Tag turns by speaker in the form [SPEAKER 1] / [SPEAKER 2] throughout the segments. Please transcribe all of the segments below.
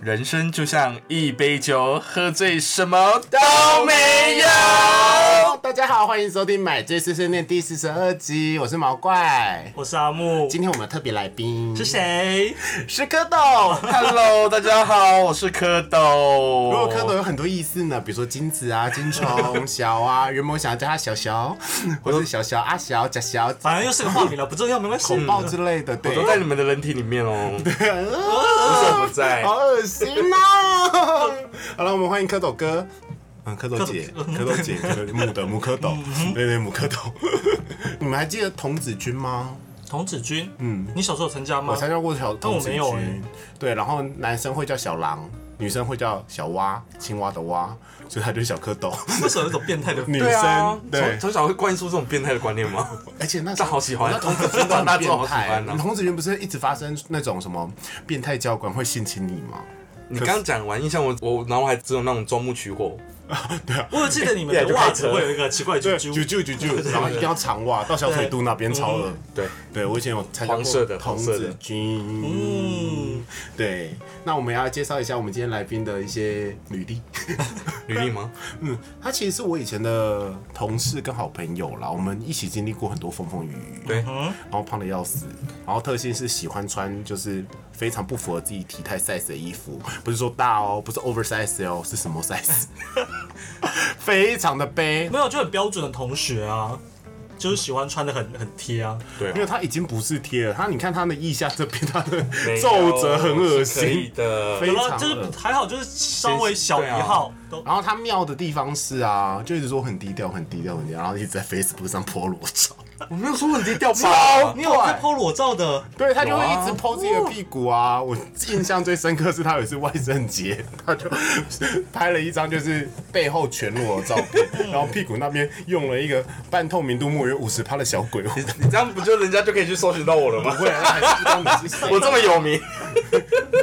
[SPEAKER 1] 人生就像一杯酒，喝醉什么都没有。
[SPEAKER 2] 大家好，欢迎收听《买醉碎碎念》第四十二集，我是毛怪。
[SPEAKER 3] 我是阿木，
[SPEAKER 2] 今天我们有特别来宾
[SPEAKER 3] 是？谁？
[SPEAKER 2] 是蝌蚪。
[SPEAKER 1] Hello，大家好，我是蝌蚪。
[SPEAKER 2] 如果蝌蚪有很多意思呢，比如说金子啊、金虫、小啊，原本我想要叫他 小小，或是小小阿小、假小、
[SPEAKER 3] 反正又是个化名了，不重要，没关系。
[SPEAKER 2] 恐爆之类的，对
[SPEAKER 1] 我，都在你们的人体里面哦，无
[SPEAKER 2] 好
[SPEAKER 1] 所不在。
[SPEAKER 2] 恶心 哦。好了，我们欢迎蝌蚪哥。嗯，蝌蚪姐，蝌蚪姐，蝌蚪母的母蝌蚪， 对对母蝌蚪。你们还记得童子军吗？
[SPEAKER 3] 童子军，嗯，你小时候有参加吗
[SPEAKER 2] 我？参加过小童子
[SPEAKER 3] 没
[SPEAKER 2] 军，
[SPEAKER 3] 有欸
[SPEAKER 2] 对，然后男生会叫小狼，女生会叫小蛙，青蛙的蛙，所以他就是小蝌 蚪。
[SPEAKER 3] 为什么有一种 变态的？
[SPEAKER 2] 女
[SPEAKER 1] 对啊
[SPEAKER 2] 生，
[SPEAKER 1] 从
[SPEAKER 2] 对，
[SPEAKER 1] 从小会灌输这种变态的观念 吗？
[SPEAKER 2] 而且那时
[SPEAKER 1] 但
[SPEAKER 2] 候
[SPEAKER 1] 好喜欢，
[SPEAKER 2] 那童子军都
[SPEAKER 1] 长大
[SPEAKER 2] 很
[SPEAKER 1] 之后
[SPEAKER 2] 变
[SPEAKER 1] 好喜
[SPEAKER 2] 态
[SPEAKER 1] 欢哦。
[SPEAKER 2] 童子军不是一直发生那种什么变态教官会性侵你吗？
[SPEAKER 1] 你刚讲完印象，我我脑海只有那种钻木取火，
[SPEAKER 3] 我有记得你们的袜子会有一个奇怪的
[SPEAKER 1] 啊
[SPEAKER 2] 对，
[SPEAKER 3] 啾
[SPEAKER 2] 啾啾
[SPEAKER 3] 啾，
[SPEAKER 2] 啾啾，然后一定要长袜到小腿肚那边，超恶。
[SPEAKER 1] 对，
[SPEAKER 2] 对，我以前有参
[SPEAKER 1] 嗯
[SPEAKER 2] 加
[SPEAKER 1] 黄色
[SPEAKER 2] 过
[SPEAKER 1] 的
[SPEAKER 2] 童
[SPEAKER 1] 黄色的
[SPEAKER 2] 子军。嗯
[SPEAKER 3] 嗯，
[SPEAKER 2] 对，那我们要介绍一下我们今天来宾的一些履历。
[SPEAKER 1] 履历吗？
[SPEAKER 2] 嗯，他其实是我以前的同事跟好朋友啦，我们一起经历过很多风风雨雨，
[SPEAKER 1] 对，
[SPEAKER 2] 然后胖的要死，然后特性是喜欢穿就是非常不符合自己体态 size 的衣服，不是说大哦，不是 oversize 哦，是什 么 size？非常的悲
[SPEAKER 3] 没，有就很标准的同学啊，就是喜欢穿的很很贴啊。
[SPEAKER 1] 对啊
[SPEAKER 2] 因为，他已经不是贴了，他你看他的腋下这边，他的
[SPEAKER 1] 没有
[SPEAKER 2] 皱褶很恶
[SPEAKER 1] 是可以
[SPEAKER 2] 心。
[SPEAKER 1] 的
[SPEAKER 2] 非。
[SPEAKER 3] 有
[SPEAKER 2] 常
[SPEAKER 3] 了，就是
[SPEAKER 2] 恶
[SPEAKER 3] 还好，就是稍微小
[SPEAKER 1] 对啊
[SPEAKER 3] 一号都。
[SPEAKER 2] 然后他妙的地方是啊，就一直说很低调，很低调，很低调，然后一直在 Facebook 上 po 裸照。啊
[SPEAKER 1] 我没有说很低调
[SPEAKER 2] 超
[SPEAKER 1] 吧？
[SPEAKER 3] 你有在剖裸照的？
[SPEAKER 2] 对他就会
[SPEAKER 1] 有
[SPEAKER 2] 一
[SPEAKER 1] 啊
[SPEAKER 2] 直剖自己的屁股啊！我印象最深刻是他有一次万圣节， 他就拍了一张就是背后全裸的照片，然后屁股那边用了一个半透明度莫约五十趴的小鬼。 我
[SPEAKER 1] 你这样不就人家就可以去搜寻到我了吗？
[SPEAKER 2] 不会，他还是不知道你是谁。
[SPEAKER 1] 我这么有名，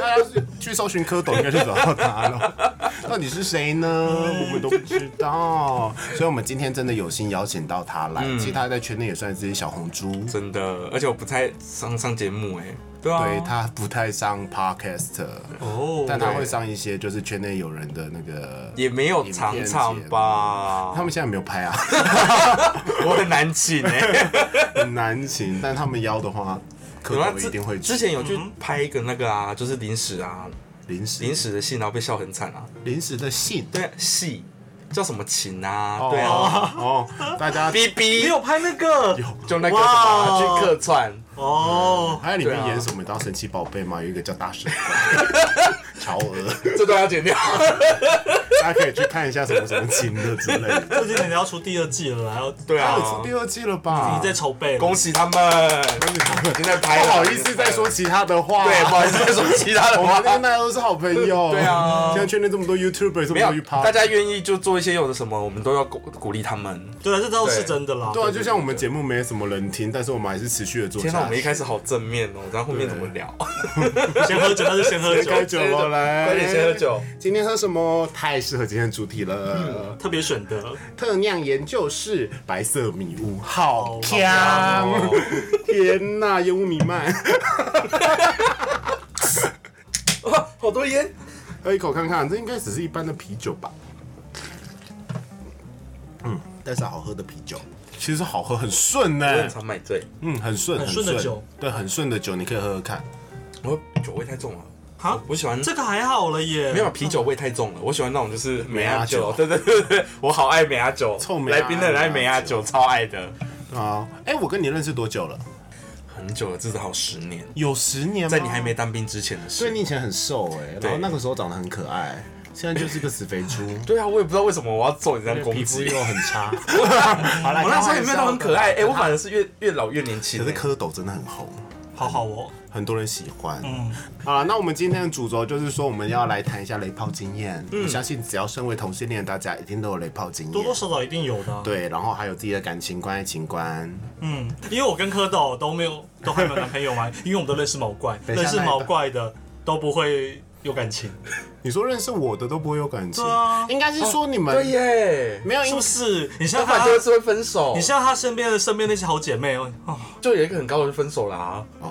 [SPEAKER 2] 大家去搜寻蝌蚪，应该就找到他了。到底是谁呢？我们都不知道。所以，我们今天真的有幸邀请到他来。其实他在圈内也算是小红猪，
[SPEAKER 1] 嗯真的，而且我不太上上节目哎、对啊，
[SPEAKER 2] 对他不太上 podcast，
[SPEAKER 3] 哦，
[SPEAKER 2] 但他会上一些就是圈内有人的那个。
[SPEAKER 1] 也没有常常吧，
[SPEAKER 2] 他们现在没 有拍啊，
[SPEAKER 1] 我很难请 哎、
[SPEAKER 2] 很难请。但他们邀的话，蝌
[SPEAKER 1] 有啊，
[SPEAKER 2] 蚪
[SPEAKER 1] 之
[SPEAKER 2] 一定会去。嗯
[SPEAKER 1] 之前有去拍一个那个啊，就是临时啊，
[SPEAKER 2] 临时
[SPEAKER 1] 临时的戏，然后被笑很惨啊。
[SPEAKER 2] 临时的信，
[SPEAKER 1] 对啊，戏叫什么琴啊？
[SPEAKER 2] 哦
[SPEAKER 1] 对啊
[SPEAKER 2] 哦，大 家
[SPEAKER 1] ，B
[SPEAKER 3] 你
[SPEAKER 1] B，
[SPEAKER 3] 有拍那个？
[SPEAKER 1] 就那个什
[SPEAKER 3] 哇
[SPEAKER 1] 么去客串，
[SPEAKER 3] 哦，
[SPEAKER 2] 还有里
[SPEAKER 1] 对
[SPEAKER 2] 面
[SPEAKER 1] 啊
[SPEAKER 2] 演什么？你知道神奇宝贝吗？有一个叫 大神乔娥。
[SPEAKER 1] 这段要剪 掉。
[SPEAKER 2] 大家可以去看一下什么什么情的之类的。
[SPEAKER 3] 最近人家要出第二季了，然后
[SPEAKER 1] 对
[SPEAKER 2] 他
[SPEAKER 1] 啊
[SPEAKER 2] 有，出第二季了吧？
[SPEAKER 3] 你在筹备了，
[SPEAKER 1] 恭喜他们，现在拍了，
[SPEAKER 2] 不好意思再说其他的话，
[SPEAKER 1] 对，不好意思再说其他的
[SPEAKER 2] 我们
[SPEAKER 1] 话。
[SPEAKER 2] 跟大家都是好朋友。
[SPEAKER 1] 对啊
[SPEAKER 2] 现在圈内这么多 YouTuber，这
[SPEAKER 1] 没
[SPEAKER 2] 么
[SPEAKER 1] 有
[SPEAKER 2] 多去，趴
[SPEAKER 1] 大，家愿意就做一些有的什么，我们都要鼓鼓励他们。
[SPEAKER 3] 对啊，这倒是真的啦。
[SPEAKER 2] 对啊，就像我们节目没什么人听，但是我们还是持续的做
[SPEAKER 1] 天哪，
[SPEAKER 2] 下
[SPEAKER 1] 我们一
[SPEAKER 2] 去。
[SPEAKER 1] 开始好正面哦，然后后面怎么聊？
[SPEAKER 3] 先喝酒，那就先喝酒
[SPEAKER 2] 先。喝酒
[SPEAKER 1] 先喝
[SPEAKER 2] 了，
[SPEAKER 1] 酒
[SPEAKER 2] 来，
[SPEAKER 1] 快点先喝酒。
[SPEAKER 2] 今天喝什么？太适合今天的主题了。
[SPEAKER 3] 特别选的，
[SPEAKER 2] 特酿研究室白色迷雾，好香！啊
[SPEAKER 1] 哦
[SPEAKER 2] 天哪，烟雾弥漫，
[SPEAKER 1] 哇，好多烟，
[SPEAKER 2] 喝一口看看，这应该只是一般的啤酒吧？嗯，但是好喝的啤酒，其实好喝，很顺呢、
[SPEAKER 1] 我很常买醉，
[SPEAKER 2] 嗯，很顺，
[SPEAKER 3] 很顺的酒，
[SPEAKER 2] 对，很顺的酒，你可以喝喝看。
[SPEAKER 1] 我酒味太重了，
[SPEAKER 3] 哈，
[SPEAKER 1] 我喜欢
[SPEAKER 3] 啊这个还好了耶，
[SPEAKER 1] 嗯没有啤酒味太重了，我喜欢那种就是美
[SPEAKER 2] 亚
[SPEAKER 1] 亚
[SPEAKER 2] 酒
[SPEAKER 1] 酒，对对对对，我好爱美亚酒，
[SPEAKER 2] 臭美亚
[SPEAKER 1] 来宾的人爱美亚酒，超爱的，
[SPEAKER 2] 啊，哎、我跟你认识多久了？
[SPEAKER 1] 很久了，至少好十年，
[SPEAKER 2] 有十年吗，
[SPEAKER 1] 在你还没当兵之前的
[SPEAKER 2] 所以
[SPEAKER 1] 事。
[SPEAKER 2] 你以前很瘦哎、然后那个时候长得很可爱，现在就是个死肥 猪，
[SPEAKER 1] 对啊，我也不知道为什么我要揍你这样攻
[SPEAKER 2] 皮肤
[SPEAKER 1] 击。
[SPEAKER 2] 又很 差。好啦
[SPEAKER 1] 我那时候也没有到很可爱，哎，我
[SPEAKER 2] 可
[SPEAKER 1] 反而是越越老越年轻
[SPEAKER 2] 是。蝌蚪真的很红。
[SPEAKER 3] 好好哦，
[SPEAKER 2] 很多人喜欢。嗯
[SPEAKER 3] 嗯，
[SPEAKER 2] 好了，那我们今天的主轴就是说，我们要来谈一下雷炮经验。
[SPEAKER 1] 嗯
[SPEAKER 2] 我相信只要身为同性恋，大家一定都有雷炮经
[SPEAKER 3] 多多
[SPEAKER 2] 验。
[SPEAKER 3] 少少一定有的啊。
[SPEAKER 2] 对，然后还有自己的感情观、爱情观。
[SPEAKER 3] 嗯，因为我跟蝌 蚪都没有，都还没有男朋友嘛，因为我们都认识毛怪，
[SPEAKER 2] 等一下
[SPEAKER 3] 认识毛怪的都不会。有感情，
[SPEAKER 2] 你说认识我的都不会有感情，
[SPEAKER 3] 对啊
[SPEAKER 2] 应该是说你们、
[SPEAKER 1] 哎哦对耶，
[SPEAKER 2] 没有，
[SPEAKER 3] 是
[SPEAKER 2] 因
[SPEAKER 3] 不是？你
[SPEAKER 1] 相
[SPEAKER 3] 像他
[SPEAKER 1] 反，就是会分手
[SPEAKER 3] 你。像他身边的身边那些好姐妹哦，哦
[SPEAKER 1] 就有一个很高的就分手啦、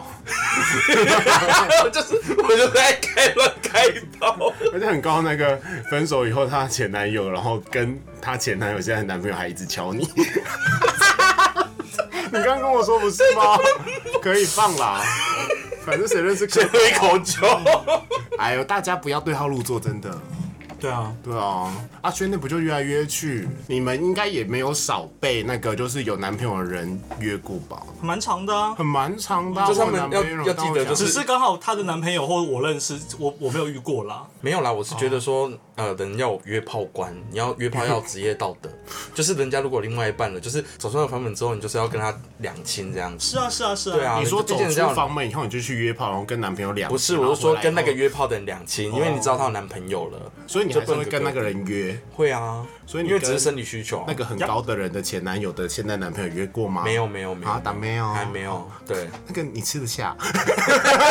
[SPEAKER 1] 我就是 我就在开乱开刀，
[SPEAKER 2] 而且很高那个分手以后，她前男友，然后跟她前男友现在的男朋友还一直 敲你。你刚刚跟我说不是 吗？可以放啦，反正谁认识可以。
[SPEAKER 1] 喝一口酒。
[SPEAKER 2] 哎呦，大家不要对号入座，真的。
[SPEAKER 3] 对啊，
[SPEAKER 2] 对啊，阿轩那不就约来约去？你们应该也没有少被那个就是有男朋友的人约过吧？
[SPEAKER 3] 蛮长的啊。
[SPEAKER 2] 很蛮长吧？
[SPEAKER 1] 就是他们
[SPEAKER 2] 我有男朋友
[SPEAKER 1] 要要记得
[SPEAKER 2] 但我想
[SPEAKER 1] 就是
[SPEAKER 3] 只是刚好她的男朋友或我认识，我我没有遇过啦。
[SPEAKER 1] 没有啦，我是觉
[SPEAKER 2] 哦
[SPEAKER 1] 得说，呃，人要有约炮观，你要约炮要有职业道 德，就是人家如果有另外一半了，就是走出了房门之后，你就是要跟他两清这样子。
[SPEAKER 3] 是啊，是啊，是啊。
[SPEAKER 1] 对啊，
[SPEAKER 2] 嗯你说
[SPEAKER 1] 就
[SPEAKER 2] 走
[SPEAKER 1] 毕竟
[SPEAKER 2] 出
[SPEAKER 1] 这样
[SPEAKER 2] 房门以后，你就去约炮，然后跟男朋友两
[SPEAKER 1] 不是，
[SPEAKER 2] 然
[SPEAKER 1] 我
[SPEAKER 2] 后
[SPEAKER 1] 是说
[SPEAKER 2] 回来以哦
[SPEAKER 1] 跟那个
[SPEAKER 2] 后，
[SPEAKER 1] 约炮的人两清，因为你知道她有男朋友了，
[SPEAKER 2] 所以你
[SPEAKER 1] 就
[SPEAKER 2] 还是
[SPEAKER 1] 不能
[SPEAKER 2] 会跟那个人约。
[SPEAKER 1] 会啊，
[SPEAKER 2] 所以你
[SPEAKER 1] 因为只是
[SPEAKER 2] 跟
[SPEAKER 1] 生理需求啊，
[SPEAKER 2] 那个很高的人的前男友的现在男朋友约过吗？
[SPEAKER 1] 没有没有没有
[SPEAKER 2] 啊，打没有，
[SPEAKER 1] 还没有，对，
[SPEAKER 2] 那个你吃得下？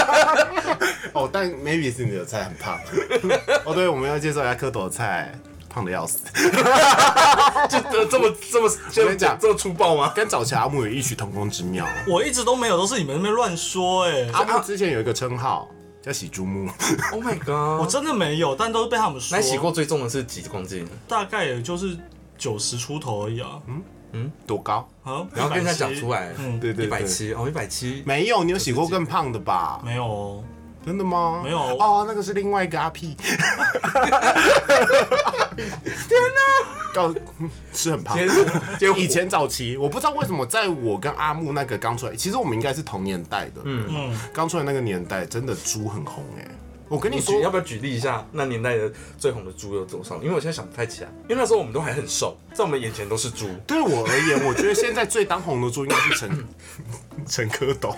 [SPEAKER 2] 哦，但 maybe 是你的菜很胖。哦，对，我们要介绍一下蝌蚪菜，胖的要死，
[SPEAKER 1] 就这这么这么这
[SPEAKER 2] 跟
[SPEAKER 1] 么
[SPEAKER 2] 你讲
[SPEAKER 1] 这么粗暴吗？
[SPEAKER 2] 跟早期阿木有异曲同工之妙。
[SPEAKER 3] 我一直都没有，都是你们那边乱说哎、
[SPEAKER 1] 啊
[SPEAKER 2] 阿木之前有一个称号叫喜猪木，
[SPEAKER 1] Oh my
[SPEAKER 3] 我
[SPEAKER 1] god！
[SPEAKER 3] 真的没有，但都是被他们说。
[SPEAKER 1] 那洗过最重的是几公斤？
[SPEAKER 3] 大概也就是九十出头而已啊。
[SPEAKER 2] 多高？
[SPEAKER 3] 啊，
[SPEAKER 1] 然后跟人家讲出
[SPEAKER 3] 来。
[SPEAKER 1] 来，
[SPEAKER 3] 嗯
[SPEAKER 2] 对对
[SPEAKER 1] 一百
[SPEAKER 2] 对，
[SPEAKER 1] 七哦，一百七，
[SPEAKER 2] 没有，你有洗过更胖的吧？
[SPEAKER 3] 没有哦，
[SPEAKER 2] 真的吗？
[SPEAKER 3] 没有
[SPEAKER 2] 哦，那个是另外一个阿屁。天哪、要是很胖
[SPEAKER 1] 今。天今天
[SPEAKER 2] 以前早期，我不知道为什么，在我跟阿木那个刚出来，其实我们应该是同年代的。嗯嗯，刚出来那个年代，真的猪很红哎、我跟你
[SPEAKER 1] 你
[SPEAKER 2] 说
[SPEAKER 1] 举，要不要举例一下那年代的最红的猪有多少？因为我现在想不太起来，因为那时候我们都还很瘦，在我们眼前都是猪。
[SPEAKER 2] 对我而言，我觉得现在最当红的猪应该是陈 陈蝌蚪。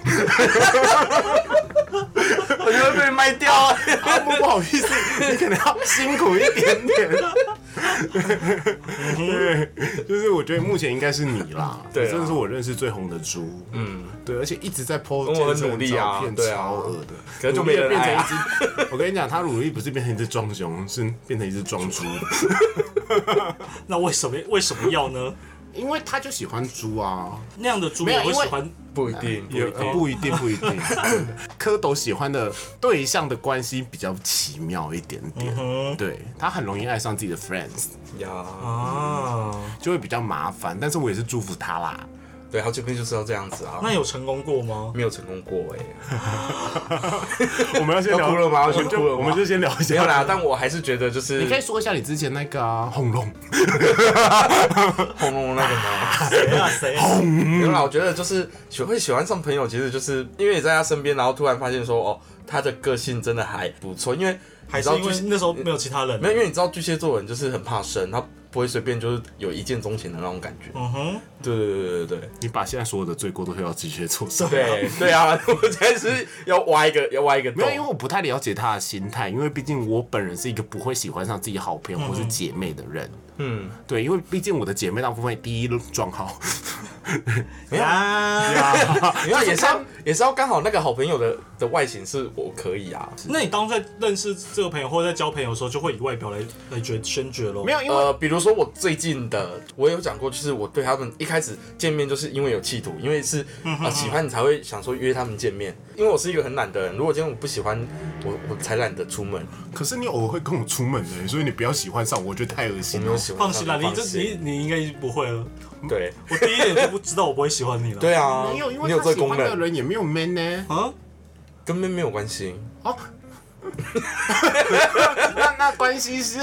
[SPEAKER 1] 我觉得被卖掉啊！
[SPEAKER 2] 阿木不 好意思，你可能要辛苦一点点。 对， 就是我觉得目前应该是你啦，
[SPEAKER 1] 对啊
[SPEAKER 2] 你真的是我认识最红的猪，嗯，对，而且一直在 po
[SPEAKER 1] 我很
[SPEAKER 2] 健身
[SPEAKER 1] 努力啊
[SPEAKER 2] 照片
[SPEAKER 1] 对啊
[SPEAKER 2] 超恶的，
[SPEAKER 1] 可能就
[SPEAKER 2] 努力
[SPEAKER 1] 没人
[SPEAKER 2] 变成
[SPEAKER 1] 爱
[SPEAKER 2] 一
[SPEAKER 1] 啊
[SPEAKER 2] 只。 我跟你讲，他努力不是变成一只壮熊，是变成一只壮猪，
[SPEAKER 3] 那为什么为什么要呢？
[SPEAKER 2] 因为他就喜欢猪啊，
[SPEAKER 3] 那样的猪
[SPEAKER 2] 没有
[SPEAKER 3] 也会
[SPEAKER 2] 因为
[SPEAKER 3] 喜欢，
[SPEAKER 1] 不一定，不
[SPEAKER 2] 也
[SPEAKER 1] 一定。
[SPEAKER 2] 不一定不一定。 蝌蚪喜欢的对象的关系比较奇妙一点
[SPEAKER 3] 嗯
[SPEAKER 2] 点，对他很容易爱上自己的 friends。
[SPEAKER 1] 啊呀，
[SPEAKER 3] 啊？
[SPEAKER 2] 就会比较麻烦，但是我也是祝福他啦。
[SPEAKER 1] 对，他这边就是要这样子啊，
[SPEAKER 3] 那有成功过吗？
[SPEAKER 1] 没有成功过哎。
[SPEAKER 2] 我们要先
[SPEAKER 1] 要
[SPEAKER 2] 聊
[SPEAKER 1] 哭了吗
[SPEAKER 2] 我们
[SPEAKER 1] 要哭了
[SPEAKER 2] 就
[SPEAKER 1] 吗
[SPEAKER 2] 我们就先聊一
[SPEAKER 1] 没有
[SPEAKER 2] 下。
[SPEAKER 1] 啦，但我还是觉得就是
[SPEAKER 2] 啊你可以说一下你之前那个啊轰隆，
[SPEAKER 1] 轰隆隆那个 吗？
[SPEAKER 3] 谁啊谁啊？
[SPEAKER 1] 没有啦，我觉得就是喜会喜欢上朋友，其实就是因为你在他身边，然后突然发现说哦，他的个性真的还不错，因为
[SPEAKER 3] 还
[SPEAKER 1] 你知
[SPEAKER 3] 是
[SPEAKER 1] 道
[SPEAKER 3] 因为
[SPEAKER 1] 巨
[SPEAKER 3] 那时候没有其他人？
[SPEAKER 1] 没有，因为你知道巨蟹座人就是很怕生，他不会随便就是有一见钟情的那种感觉。
[SPEAKER 3] 嗯哼，
[SPEAKER 1] 对对对对对对。
[SPEAKER 2] 你把现在所有的罪过都推到巨蟹座上。
[SPEAKER 1] 对对啊，我才是要挖一个要挖一个
[SPEAKER 2] 没
[SPEAKER 1] 洞
[SPEAKER 2] 有，因为。我不太了解他的心态，因为毕竟我本人是一个不会喜欢上自己好朋友或是姐妹的人。
[SPEAKER 1] 嗯，
[SPEAKER 2] 对，因为毕竟我的姐妹大部分第一撞号，
[SPEAKER 3] 呀，
[SPEAKER 2] 啊
[SPEAKER 1] 你啊看也是要也是要刚好那个好朋友的的外形是我可以啊，
[SPEAKER 3] 那你当初在认识这个朋友或者在交朋友的时候，就会以外表来来决先决 喽？
[SPEAKER 2] 没有，因为
[SPEAKER 1] 呃，比如说我最近的，我有讲过，就是我对他们一开始见面就是因为有企图，因为是
[SPEAKER 2] 嗯
[SPEAKER 1] 呃喜欢你才会想说约他们见面，因为我是一个很懒的人，如果今天我不喜欢，我我才懒得出门，
[SPEAKER 2] 可是你偶尔会跟我出门的、所以你不要喜欢上我，我觉得太恶
[SPEAKER 1] 我
[SPEAKER 2] 心哦
[SPEAKER 1] 没
[SPEAKER 2] 了
[SPEAKER 1] 有。喜欢
[SPEAKER 3] 放
[SPEAKER 1] 上
[SPEAKER 3] 心
[SPEAKER 1] 他
[SPEAKER 3] 啦，
[SPEAKER 1] 们。
[SPEAKER 3] 你这你你应该不会了。
[SPEAKER 1] 你对
[SPEAKER 3] 我第一眼就不知道我不会喜欢你 了。
[SPEAKER 1] 对啊，
[SPEAKER 2] 没有，因为
[SPEAKER 1] 你有
[SPEAKER 2] 他
[SPEAKER 1] 这
[SPEAKER 2] 喜
[SPEAKER 1] 功
[SPEAKER 2] 欢的
[SPEAKER 1] 能，
[SPEAKER 2] 人也没有 man 呢、
[SPEAKER 3] 啊，
[SPEAKER 1] 跟妹没有关系，
[SPEAKER 2] 哦， 那那关系是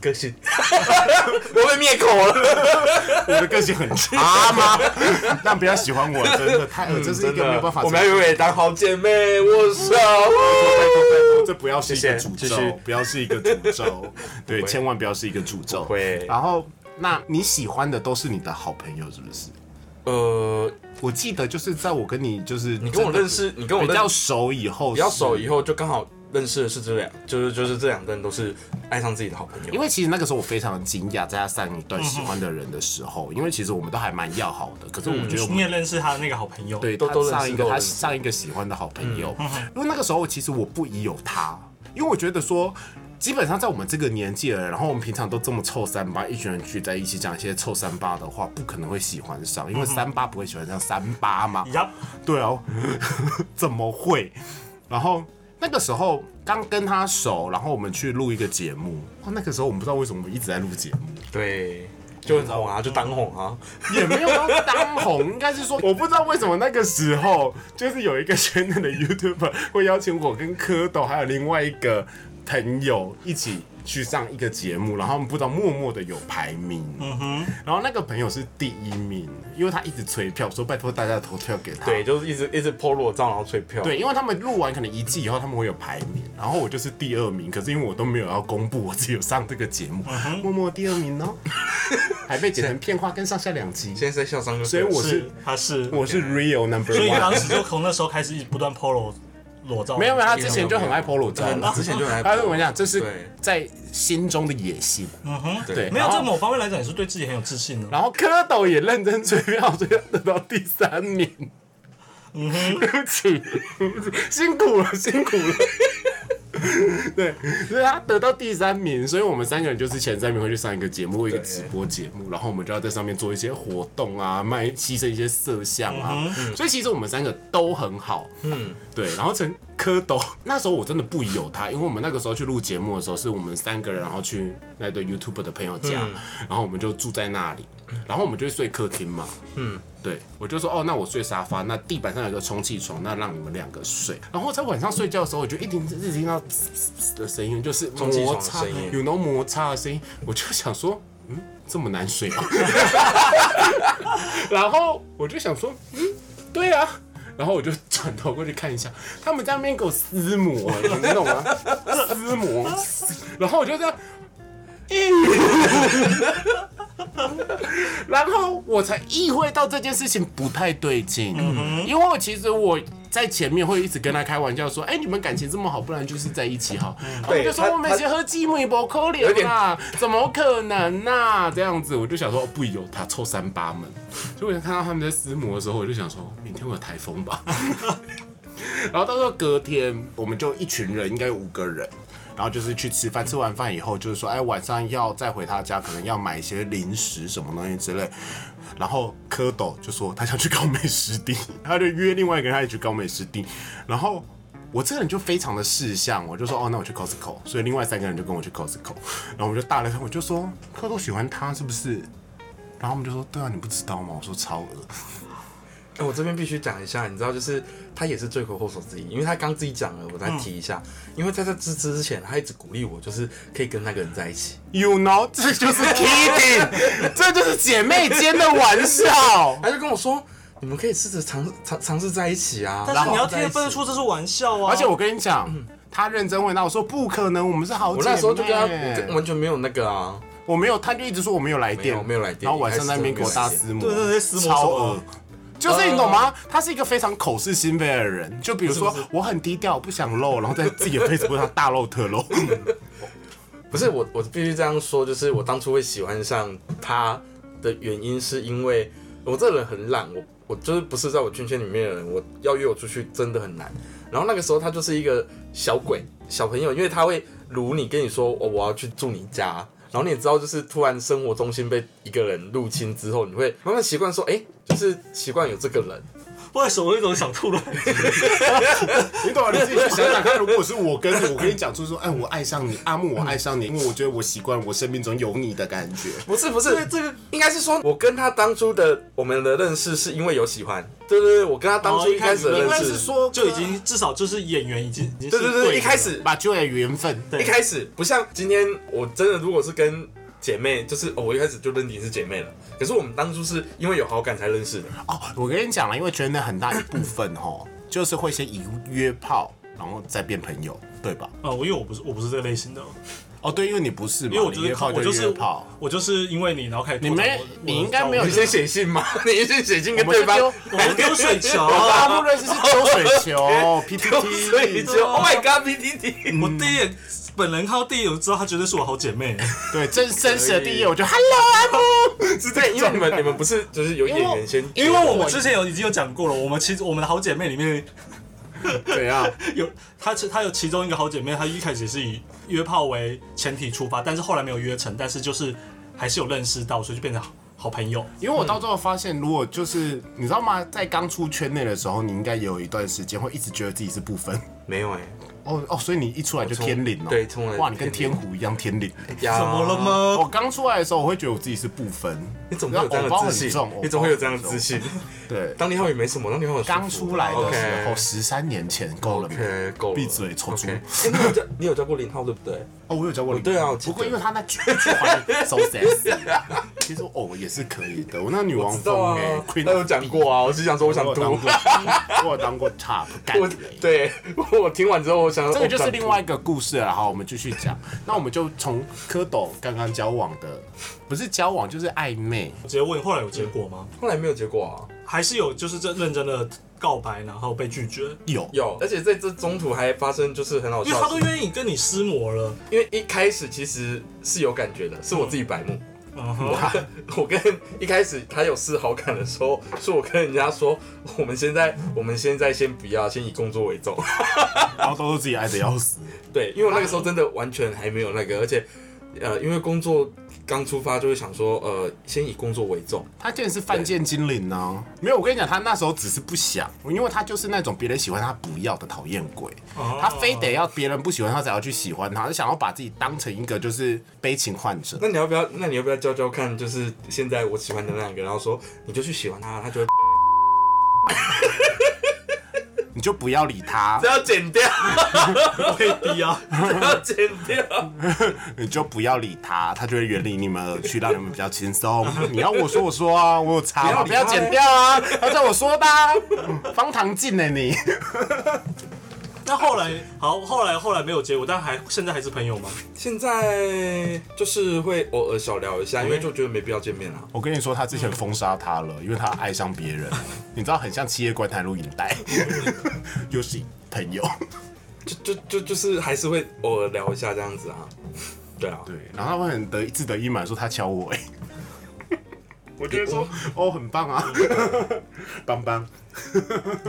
[SPEAKER 1] 个性， 我被灭口了。
[SPEAKER 2] 我的个性很
[SPEAKER 1] 啊
[SPEAKER 2] 差吗？ 那不要喜欢 我，真的太恶，这是一个没有办法。
[SPEAKER 1] 嗯我们要永远当好姐妹，握手。
[SPEAKER 2] 拜托拜托，这不要是一个诅
[SPEAKER 1] 谢谢继续
[SPEAKER 2] 咒，不要是一个 诅咒，对，
[SPEAKER 1] 会
[SPEAKER 2] 千万不要是一个诅咒。
[SPEAKER 1] 会
[SPEAKER 2] 然后，那你喜欢的都是你的好朋友，是不是？
[SPEAKER 1] 呃，
[SPEAKER 2] 我记得就是在我跟你就是
[SPEAKER 1] 你跟我认识，你跟我
[SPEAKER 2] 比
[SPEAKER 1] 认
[SPEAKER 2] 较熟以后，
[SPEAKER 1] 比较熟以后，就刚好认识的是这两，就是就是这两个人都是爱上自己的好朋友。
[SPEAKER 2] 因为其实那个时候我非常惊讶，在他上一段喜欢的人的时候，因为其实我们都还蛮要好的，可是我觉得我们
[SPEAKER 3] 你也认识他的那个好朋友。，
[SPEAKER 2] 对，
[SPEAKER 1] 都
[SPEAKER 2] 他
[SPEAKER 1] 都认
[SPEAKER 2] 上
[SPEAKER 1] 识嗯
[SPEAKER 2] 一
[SPEAKER 1] 都
[SPEAKER 2] 个他
[SPEAKER 1] 认识
[SPEAKER 2] 上一个喜欢的好朋友，因为那个时候其实我不疑有他，因为我觉得说。基本上在我们这个年纪了，然后我们平常都这么臭三八，一群人聚在一起讲一些臭三八的话，不可能会喜欢
[SPEAKER 1] 嗯
[SPEAKER 2] 上，因为三八不会喜欢上三八嘛。
[SPEAKER 3] 呀，
[SPEAKER 2] 对啊， 怎么会？然后那个时候刚跟他熟，然后我们去录一个节目。哇，那个时候我们不知道为什么我们一直在录节目，
[SPEAKER 1] 对，就很红啊，就当红啊。
[SPEAKER 2] 也没有到当红，应该是说我不知道为什么那个时候就是有一个圈内的 YouTuber 会邀请我跟蝌蚪还有另外一个朋友一起。去上一个节目，然后他们不知道默默的有排名，嗯哼，然后那个朋友是第一名，因为他一直催票，说拜托大家投票给他，
[SPEAKER 1] 对，就是一直一直 PO 裸照，然后吹票。
[SPEAKER 2] 对，因为他们录完可能一季以后，他们会有排名，然后我就是第二名，可是因为我都没有要公布，我只有上这个节目，默默第二名哦，还被剪成片花跟上下两集，
[SPEAKER 1] 现在在笑伤就
[SPEAKER 2] 所
[SPEAKER 1] 对
[SPEAKER 2] 以
[SPEAKER 1] 了，
[SPEAKER 2] 我
[SPEAKER 3] 是
[SPEAKER 2] 是
[SPEAKER 3] 他是，
[SPEAKER 2] 我是 real number
[SPEAKER 3] 所以当
[SPEAKER 2] one，
[SPEAKER 3] 时就从那时候开始一直不断 polo 裸 照，
[SPEAKER 2] 没有没有，他之前就很爱 polo 照
[SPEAKER 1] 嗯
[SPEAKER 2] 了，
[SPEAKER 1] 之前就 来。
[SPEAKER 2] 他哎跟我讲这是
[SPEAKER 1] 对
[SPEAKER 2] 在心中的野心，
[SPEAKER 3] 嗯哼，
[SPEAKER 2] 对
[SPEAKER 3] 没有
[SPEAKER 2] 然后
[SPEAKER 3] 在某方面来讲也是对自己很有自信的。
[SPEAKER 2] 然后蝌蚪也认真追票，追到得到第三名。 对不起，辛苦了，辛苦了。对，所以他得到第三名，所以我们三个人就是前三名会去上一个节目，一个直播节目，然后我们就要在上面做一些活动啊，卖牺牲一些色相啊，所以其实我们三个都很好，嗯，对。然后陈蝌蚪那时候我真的不疑有他，因为我们那个时候去录节目的时候，是我们三个人然后去那对 YouTube 的朋友家，然后我们就住在那里，然后我们就会睡客厅嘛，对，我就说哦，那我睡沙发，那地板上有个充气床，那让你们两个睡。然后在晚上睡觉的时候，我就一听一直听到嘶嘶嘶的声音，就是
[SPEAKER 1] 充气
[SPEAKER 2] 摩
[SPEAKER 1] 床的
[SPEAKER 2] 擦
[SPEAKER 1] 声音
[SPEAKER 2] 有那种摩擦的声音，我就想说，嗯，这么难睡啊。 然后我就想说，嗯，对啊。然后我就转头过去看一下，他们在那边给我撕膜，你懂吗？撕膜，然后我就这样，咦然后我才意会到这件事情不太对劲，因为其实我在前面会一直跟他开玩笑说，哎、你们感情这么好，不然就是在一起好。我
[SPEAKER 1] 对
[SPEAKER 2] 就说
[SPEAKER 1] 他
[SPEAKER 2] 我们一起喝鸡米不可
[SPEAKER 1] 有
[SPEAKER 2] 怜
[SPEAKER 1] 点
[SPEAKER 2] 啦，怎么可能呐、这样子我就想说，哦不由他臭三八们。所以我看到他们在撕膜的时候，我就想说，明天会有台风吧。然后到时候隔天，我们就一群人，应该有五个人，然后就是去吃饭，吃完饭以后就是说，哎，晚上要再回他家，可能要买一些零食什么东西之类。然后蝌蚪就说他想去高美湿地，他就约另外一个人他也去高美湿地，然后。我这个人就非常的事项，我就说哦，那我去 Costco，所以另外三个人就跟我去 Costco，然后我就大了他，我就说蝌蚪喜欢他是不是？然后他们就说对啊，你不知道吗？我说超额，
[SPEAKER 1] 哎、我这边必须讲一下，你知道，就是他也是罪魁祸首之一，因为他刚自己讲了，我再
[SPEAKER 2] 嗯
[SPEAKER 1] 提一下。因为在这之之前，他一直鼓励我，就是可以跟那个人在一起。
[SPEAKER 2] You know，这就是 kidding，这就是姐妹间的玩笑。
[SPEAKER 1] 他就跟我说，你们可以试着尝尝尝试在一起啊。
[SPEAKER 3] 但是你要听
[SPEAKER 1] 在一
[SPEAKER 3] 得
[SPEAKER 1] 起
[SPEAKER 3] 分得出这是玩笑啊！
[SPEAKER 2] 而且我跟你讲，他认真回答我说不可能，我们是好
[SPEAKER 1] 我
[SPEAKER 2] 姐妹。
[SPEAKER 1] 那时候就跟他我完全没有那个啊，
[SPEAKER 2] 我没有，他就一直说我没有来电，
[SPEAKER 1] 没有没有来电
[SPEAKER 2] 然后晚上在那边给我搭私母，
[SPEAKER 3] 对对对私母
[SPEAKER 2] 超
[SPEAKER 3] 什么
[SPEAKER 2] 恶。就是你懂吗？他是一个非常口是心非的人，就比如说我很低调，不想露，然后在自己的 Facebook 上大露特露。
[SPEAKER 1] 不是我，我必须这样说，就是我当初会喜欢上他的原因，是因为我这人很懒，我我就是不是在我圈圈里面的人，我要约我出去真的很难。然后那个时候他就是一个小鬼小朋友，因为他会如你跟你说，哦，我要去住你家，然后你也知道，就是突然生活中心被一个人入侵之后，你会慢慢习惯说，哎、就是习惯有这个人，
[SPEAKER 3] 为什么我有一种 想吐的感觉？
[SPEAKER 2] 你懂吗？你自己去想想看，如果是我跟你，我跟你讲出说，哎，我爱上你，阿木，我爱上你，因为我觉得我习惯我生命中有你的感觉。
[SPEAKER 1] 不是不是，这个应该是说，我跟他当初的我们的认识是因为有喜欢，对对对，我跟他当
[SPEAKER 3] 哦
[SPEAKER 1] 初一开始的
[SPEAKER 2] 应
[SPEAKER 1] 认
[SPEAKER 2] 该
[SPEAKER 1] 识
[SPEAKER 2] 是说
[SPEAKER 3] 就已经至少就是演员已经已经是
[SPEAKER 1] 对对对，
[SPEAKER 3] 的
[SPEAKER 1] 一开始
[SPEAKER 2] 把旧的缘分，
[SPEAKER 3] 对
[SPEAKER 1] 一开始不像今天，我真的如果是跟姐妹，就是、哦、我一开始就认定是姐妹了。可是我们当初是因为有好感才认识的，
[SPEAKER 2] 哦，我跟你讲了，因为圈内很大一部分哦，就是会先以约炮，然后再变朋友，对吧？
[SPEAKER 3] 啊，我因为我不是我不是这个类型的，
[SPEAKER 2] 哦，对，因为你不是嘛，
[SPEAKER 3] 因为我就
[SPEAKER 2] 你
[SPEAKER 3] 是
[SPEAKER 2] 约
[SPEAKER 3] 靠
[SPEAKER 2] 炮
[SPEAKER 3] 我
[SPEAKER 2] 就
[SPEAKER 3] 就是
[SPEAKER 2] 约 炮。
[SPEAKER 3] 我就是因为你然后开始拓
[SPEAKER 2] 你
[SPEAKER 3] 展
[SPEAKER 2] 没
[SPEAKER 3] 我的
[SPEAKER 2] 你应该没有
[SPEAKER 3] 我
[SPEAKER 1] 你
[SPEAKER 3] 的
[SPEAKER 1] 先写信嘛， 你先写信跟对方
[SPEAKER 2] 我
[SPEAKER 3] 我们丢水球
[SPEAKER 2] 我跟阿
[SPEAKER 3] 啊，
[SPEAKER 2] 木认识是丢水球
[SPEAKER 1] 所以
[SPEAKER 2] ，PPT，
[SPEAKER 1] 就 Oh my God B T T，
[SPEAKER 3] 我第一眼本人看到第一眼我知道她绝对是我好 姐妹，
[SPEAKER 2] 对，真真实的第一眼我就 Hello 阿木，是
[SPEAKER 1] 是对，因为你们你们不是就是有演员先，
[SPEAKER 3] 因为我们之前有已经有讲过了，我们其实我们的好姐妹里面
[SPEAKER 2] 怎样？
[SPEAKER 3] 有她其她有其中一个好姐妹，她一开始是以约炮为前提出发，但是后来没有约成，但是就是还是有认识到，所以就变成好好朋友。
[SPEAKER 2] 因为我到最后发现，如果就是你知道吗，在刚出圈内的时候，你应该也有一段时间会一直觉得自己是不分。
[SPEAKER 1] 没有哎、
[SPEAKER 2] 哦哦，所以你一出来就
[SPEAKER 1] 我从
[SPEAKER 2] 天灵哦，
[SPEAKER 1] 对从来
[SPEAKER 2] 哇，你跟天
[SPEAKER 1] 天
[SPEAKER 2] 狐一样天灵。
[SPEAKER 1] 呀
[SPEAKER 3] 怎么了？吗？
[SPEAKER 2] 我刚出来的时候，我会觉得我自己是不分，
[SPEAKER 1] 你总会有这样
[SPEAKER 2] 偶包
[SPEAKER 1] 的
[SPEAKER 2] 很
[SPEAKER 1] 自信
[SPEAKER 2] 重，
[SPEAKER 1] 你总会有这样的自信。
[SPEAKER 2] 对。
[SPEAKER 1] 当年号也没什么，当年号很舒服
[SPEAKER 2] 刚出来的时候，
[SPEAKER 1] OK
[SPEAKER 2] 十三年前够了没？
[SPEAKER 1] OK，够了，
[SPEAKER 2] 闭嘴臭猪
[SPEAKER 1] OK 哎，你有教你有教过林浩对不对？
[SPEAKER 2] 哦，我有教过你。
[SPEAKER 1] 对啊我记
[SPEAKER 2] 不
[SPEAKER 1] 得
[SPEAKER 2] 过因为他那句句话 so sexy，其实哦也是可以的。我那女王
[SPEAKER 1] 知道
[SPEAKER 2] 风
[SPEAKER 1] 啊
[SPEAKER 2] 哎，Queen，
[SPEAKER 1] 他有讲过啊，我是想说我
[SPEAKER 2] 我
[SPEAKER 1] 想
[SPEAKER 2] 有
[SPEAKER 1] 读
[SPEAKER 2] 当，过，我有当过 top 干
[SPEAKER 1] 我
[SPEAKER 2] 雷。
[SPEAKER 1] 对我听完之后，我想
[SPEAKER 2] 这个就是另外一个故事了。好，我们继续讲。那我们就从蝌蚪刚刚交往的，不是交往就是暧昧，
[SPEAKER 3] 我直接问，后来有结果吗？
[SPEAKER 1] 后来没有结果啊，
[SPEAKER 3] 还是有就是这认真的告白，然后被拒绝，
[SPEAKER 2] 有
[SPEAKER 1] 有，而且在这中途还发生就是很好
[SPEAKER 3] 因为
[SPEAKER 1] 笑
[SPEAKER 3] 他
[SPEAKER 1] 的
[SPEAKER 3] 都
[SPEAKER 1] 事，
[SPEAKER 3] 愿意跟你撕膜了。
[SPEAKER 1] 因为一开始其实是有感觉的，是我自己白目。
[SPEAKER 3] 嗯哼，
[SPEAKER 1] 我跟一开始他有示好感的时候，是我跟人家说，我们现在我们现在先不要，先以工作为重。
[SPEAKER 2] 然后都是自己爱的要死。
[SPEAKER 1] 对，因为我那个时候真的完全还没有那个，而且呃，因为工作刚出发就会想说，呃，先以工作为重。
[SPEAKER 2] 他竟然是犯贱精灵呢、啊没有，我跟你讲，他那时候只是不想，因为他就是那种别人喜欢他不要的讨厌鬼，
[SPEAKER 3] 哦
[SPEAKER 2] 他非得要别人不喜欢他才要去喜欢他，他想要把自己当成一个就是悲情患者。
[SPEAKER 1] 那你要不要？那你要不要教教看？就是现在我喜欢的那个，然后说你就去喜欢他，他就会
[SPEAKER 2] 你就不要理他
[SPEAKER 1] 这，要剪掉，
[SPEAKER 3] 被逼啊，
[SPEAKER 1] 这要剪掉。
[SPEAKER 2] 你就不要理他，他就会远离你们而去，让你们比较轻松。你要我说我说啊，我有查嘛，不
[SPEAKER 1] 不
[SPEAKER 2] 要
[SPEAKER 1] 要理他
[SPEAKER 2] 剪掉啊，他叫我说的、啊，方唐镜呢、你。
[SPEAKER 3] 那后来好，后来后来没有结果，但还现在还是朋友吗？
[SPEAKER 1] 现在就是会偶尔小聊一下，因为就觉得没必要见面了。啊
[SPEAKER 2] 我跟你说，他之前封杀他了，因为他爱上别人，你知道很像七夜观台录影带， 又是朋友。
[SPEAKER 1] 就就就就是还是会偶尔聊一下这样子啊。对啊，
[SPEAKER 2] 对，然后他会很得自得意满说他敲我哎、 我觉得说 哦很棒啊，棒棒。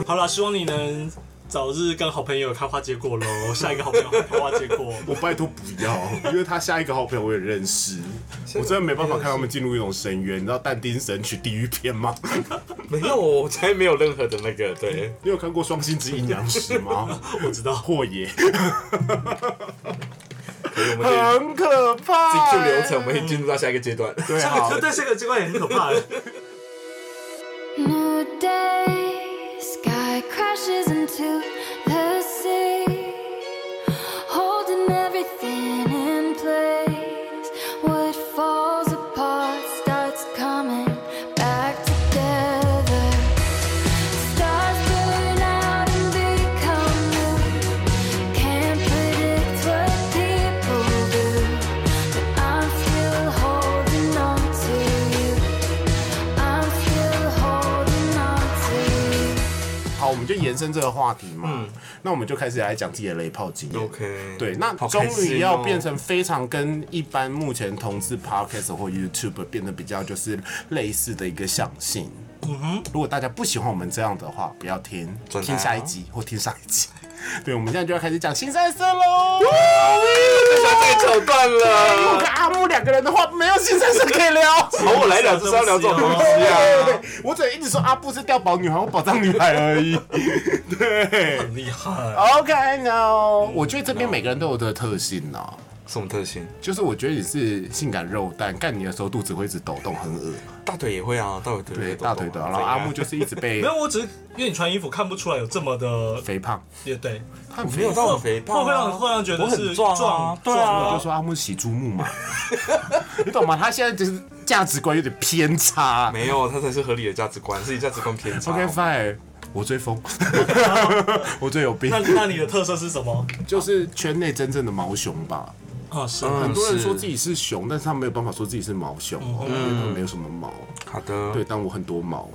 [SPEAKER 3] 好了，希望你能早日跟好朋友开花结果喽。下一个好朋友开花结果，
[SPEAKER 2] 我拜托不要，因为他下一个好朋友我也认识，我真的没办法看他们进入一种深渊。你知道但丁神曲地狱篇吗？
[SPEAKER 1] 没有，我才没有任何的那个对。
[SPEAKER 2] 你有看过《双星之阴阳师》吗？
[SPEAKER 3] 我知道。
[SPEAKER 2] 破野
[SPEAKER 1] 所以我们可以
[SPEAKER 2] 很可怕、欸
[SPEAKER 1] 进入流程，我们可以进入到下一个阶段。
[SPEAKER 2] 对
[SPEAKER 3] 这
[SPEAKER 2] 啊
[SPEAKER 3] 个，对这个这个也很可怕。
[SPEAKER 4] New day, sky crashes into the sea, holding everything in place. What falls apart starts coming back together. Stars burn out and become new. Can't predict what people do, but I'm still holding on to you. I'm still holding on to you.
[SPEAKER 2] 好，我们就延伸这个话题嘛。那我们就开始来讲自己的雷炮经验。
[SPEAKER 1] 嗯 OK，
[SPEAKER 2] 对，那
[SPEAKER 1] 好
[SPEAKER 2] 终
[SPEAKER 1] 开心
[SPEAKER 2] 于要
[SPEAKER 1] 哦
[SPEAKER 2] 变成非常跟一般目前同志 podcast 或 YouTube 变得比较就是类似的一个象性。嗯哼，如果大家不喜欢我们这样的话，不要听，
[SPEAKER 1] 转台
[SPEAKER 2] 听
[SPEAKER 1] 啊
[SPEAKER 2] 下一集或听上一集。 对，我们现在就要开始讲新三色喽。
[SPEAKER 1] 这 下这个桥段
[SPEAKER 2] 我
[SPEAKER 1] 了。
[SPEAKER 2] 跟阿木两个人的话，没有新三色可以聊。
[SPEAKER 1] 好，我来聊 就是要聊这种东西 啊。
[SPEAKER 2] 我只能一直说阿布是掉宝女孩或宝藏女孩而已。对
[SPEAKER 3] 很厉害。
[SPEAKER 2] ，OK no，
[SPEAKER 1] 嗯
[SPEAKER 2] 我觉得这边每个人都有的特性呢、哦
[SPEAKER 1] 什么特性？
[SPEAKER 2] 就是我觉得你是性感肉蛋，干你的时候肚子会一直抖动，很恶。
[SPEAKER 1] 大腿也会啊，大腿对啊
[SPEAKER 2] 对，大腿抖。然后阿木就是一直 被
[SPEAKER 3] 没有，我只是因为你穿衣服看不出来有这么的，
[SPEAKER 2] 肥胖，
[SPEAKER 3] 也对，
[SPEAKER 2] 他很
[SPEAKER 1] 没有
[SPEAKER 2] 肥。
[SPEAKER 1] 到很肥
[SPEAKER 3] 会
[SPEAKER 1] 胖、啊，
[SPEAKER 3] 会让会让人觉
[SPEAKER 1] 我
[SPEAKER 3] 得
[SPEAKER 1] 很
[SPEAKER 3] 是
[SPEAKER 1] 壮
[SPEAKER 3] 壮
[SPEAKER 1] 啊，对啊
[SPEAKER 2] 我就说阿木是喜猪木嘛， 你懂吗？他现在就是价值观有点偏差。
[SPEAKER 1] 没有，他才是合理的价值观，自己价值观偏差。哦
[SPEAKER 2] OK fine，我 追风，我最有病
[SPEAKER 3] 那，那你的特色是什么？
[SPEAKER 2] 就是圈内真正的毛熊吧。
[SPEAKER 3] 啊，是
[SPEAKER 1] 嗯
[SPEAKER 2] 很多人说
[SPEAKER 1] 是
[SPEAKER 2] 自己是熊，但是他没有办法说自己是毛熊
[SPEAKER 1] 嗯
[SPEAKER 2] 哦，因为他没有什么毛。
[SPEAKER 1] 好的，
[SPEAKER 2] 对，但我很多毛。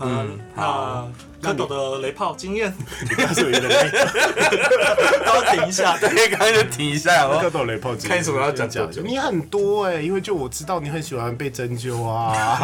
[SPEAKER 3] 嗯，那蝌蚪的雷炮经验
[SPEAKER 2] 你告诉我你的雷，
[SPEAKER 3] 都要停一下。
[SPEAKER 1] 对，刚才就提一下
[SPEAKER 2] 蝌
[SPEAKER 1] 哦。
[SPEAKER 2] 蚪雷炮经验
[SPEAKER 1] 看你什么要讲
[SPEAKER 2] 真的假
[SPEAKER 1] 多
[SPEAKER 2] 的
[SPEAKER 1] 久
[SPEAKER 2] 你很多哎，因为就我知道你很喜欢被针灸啊，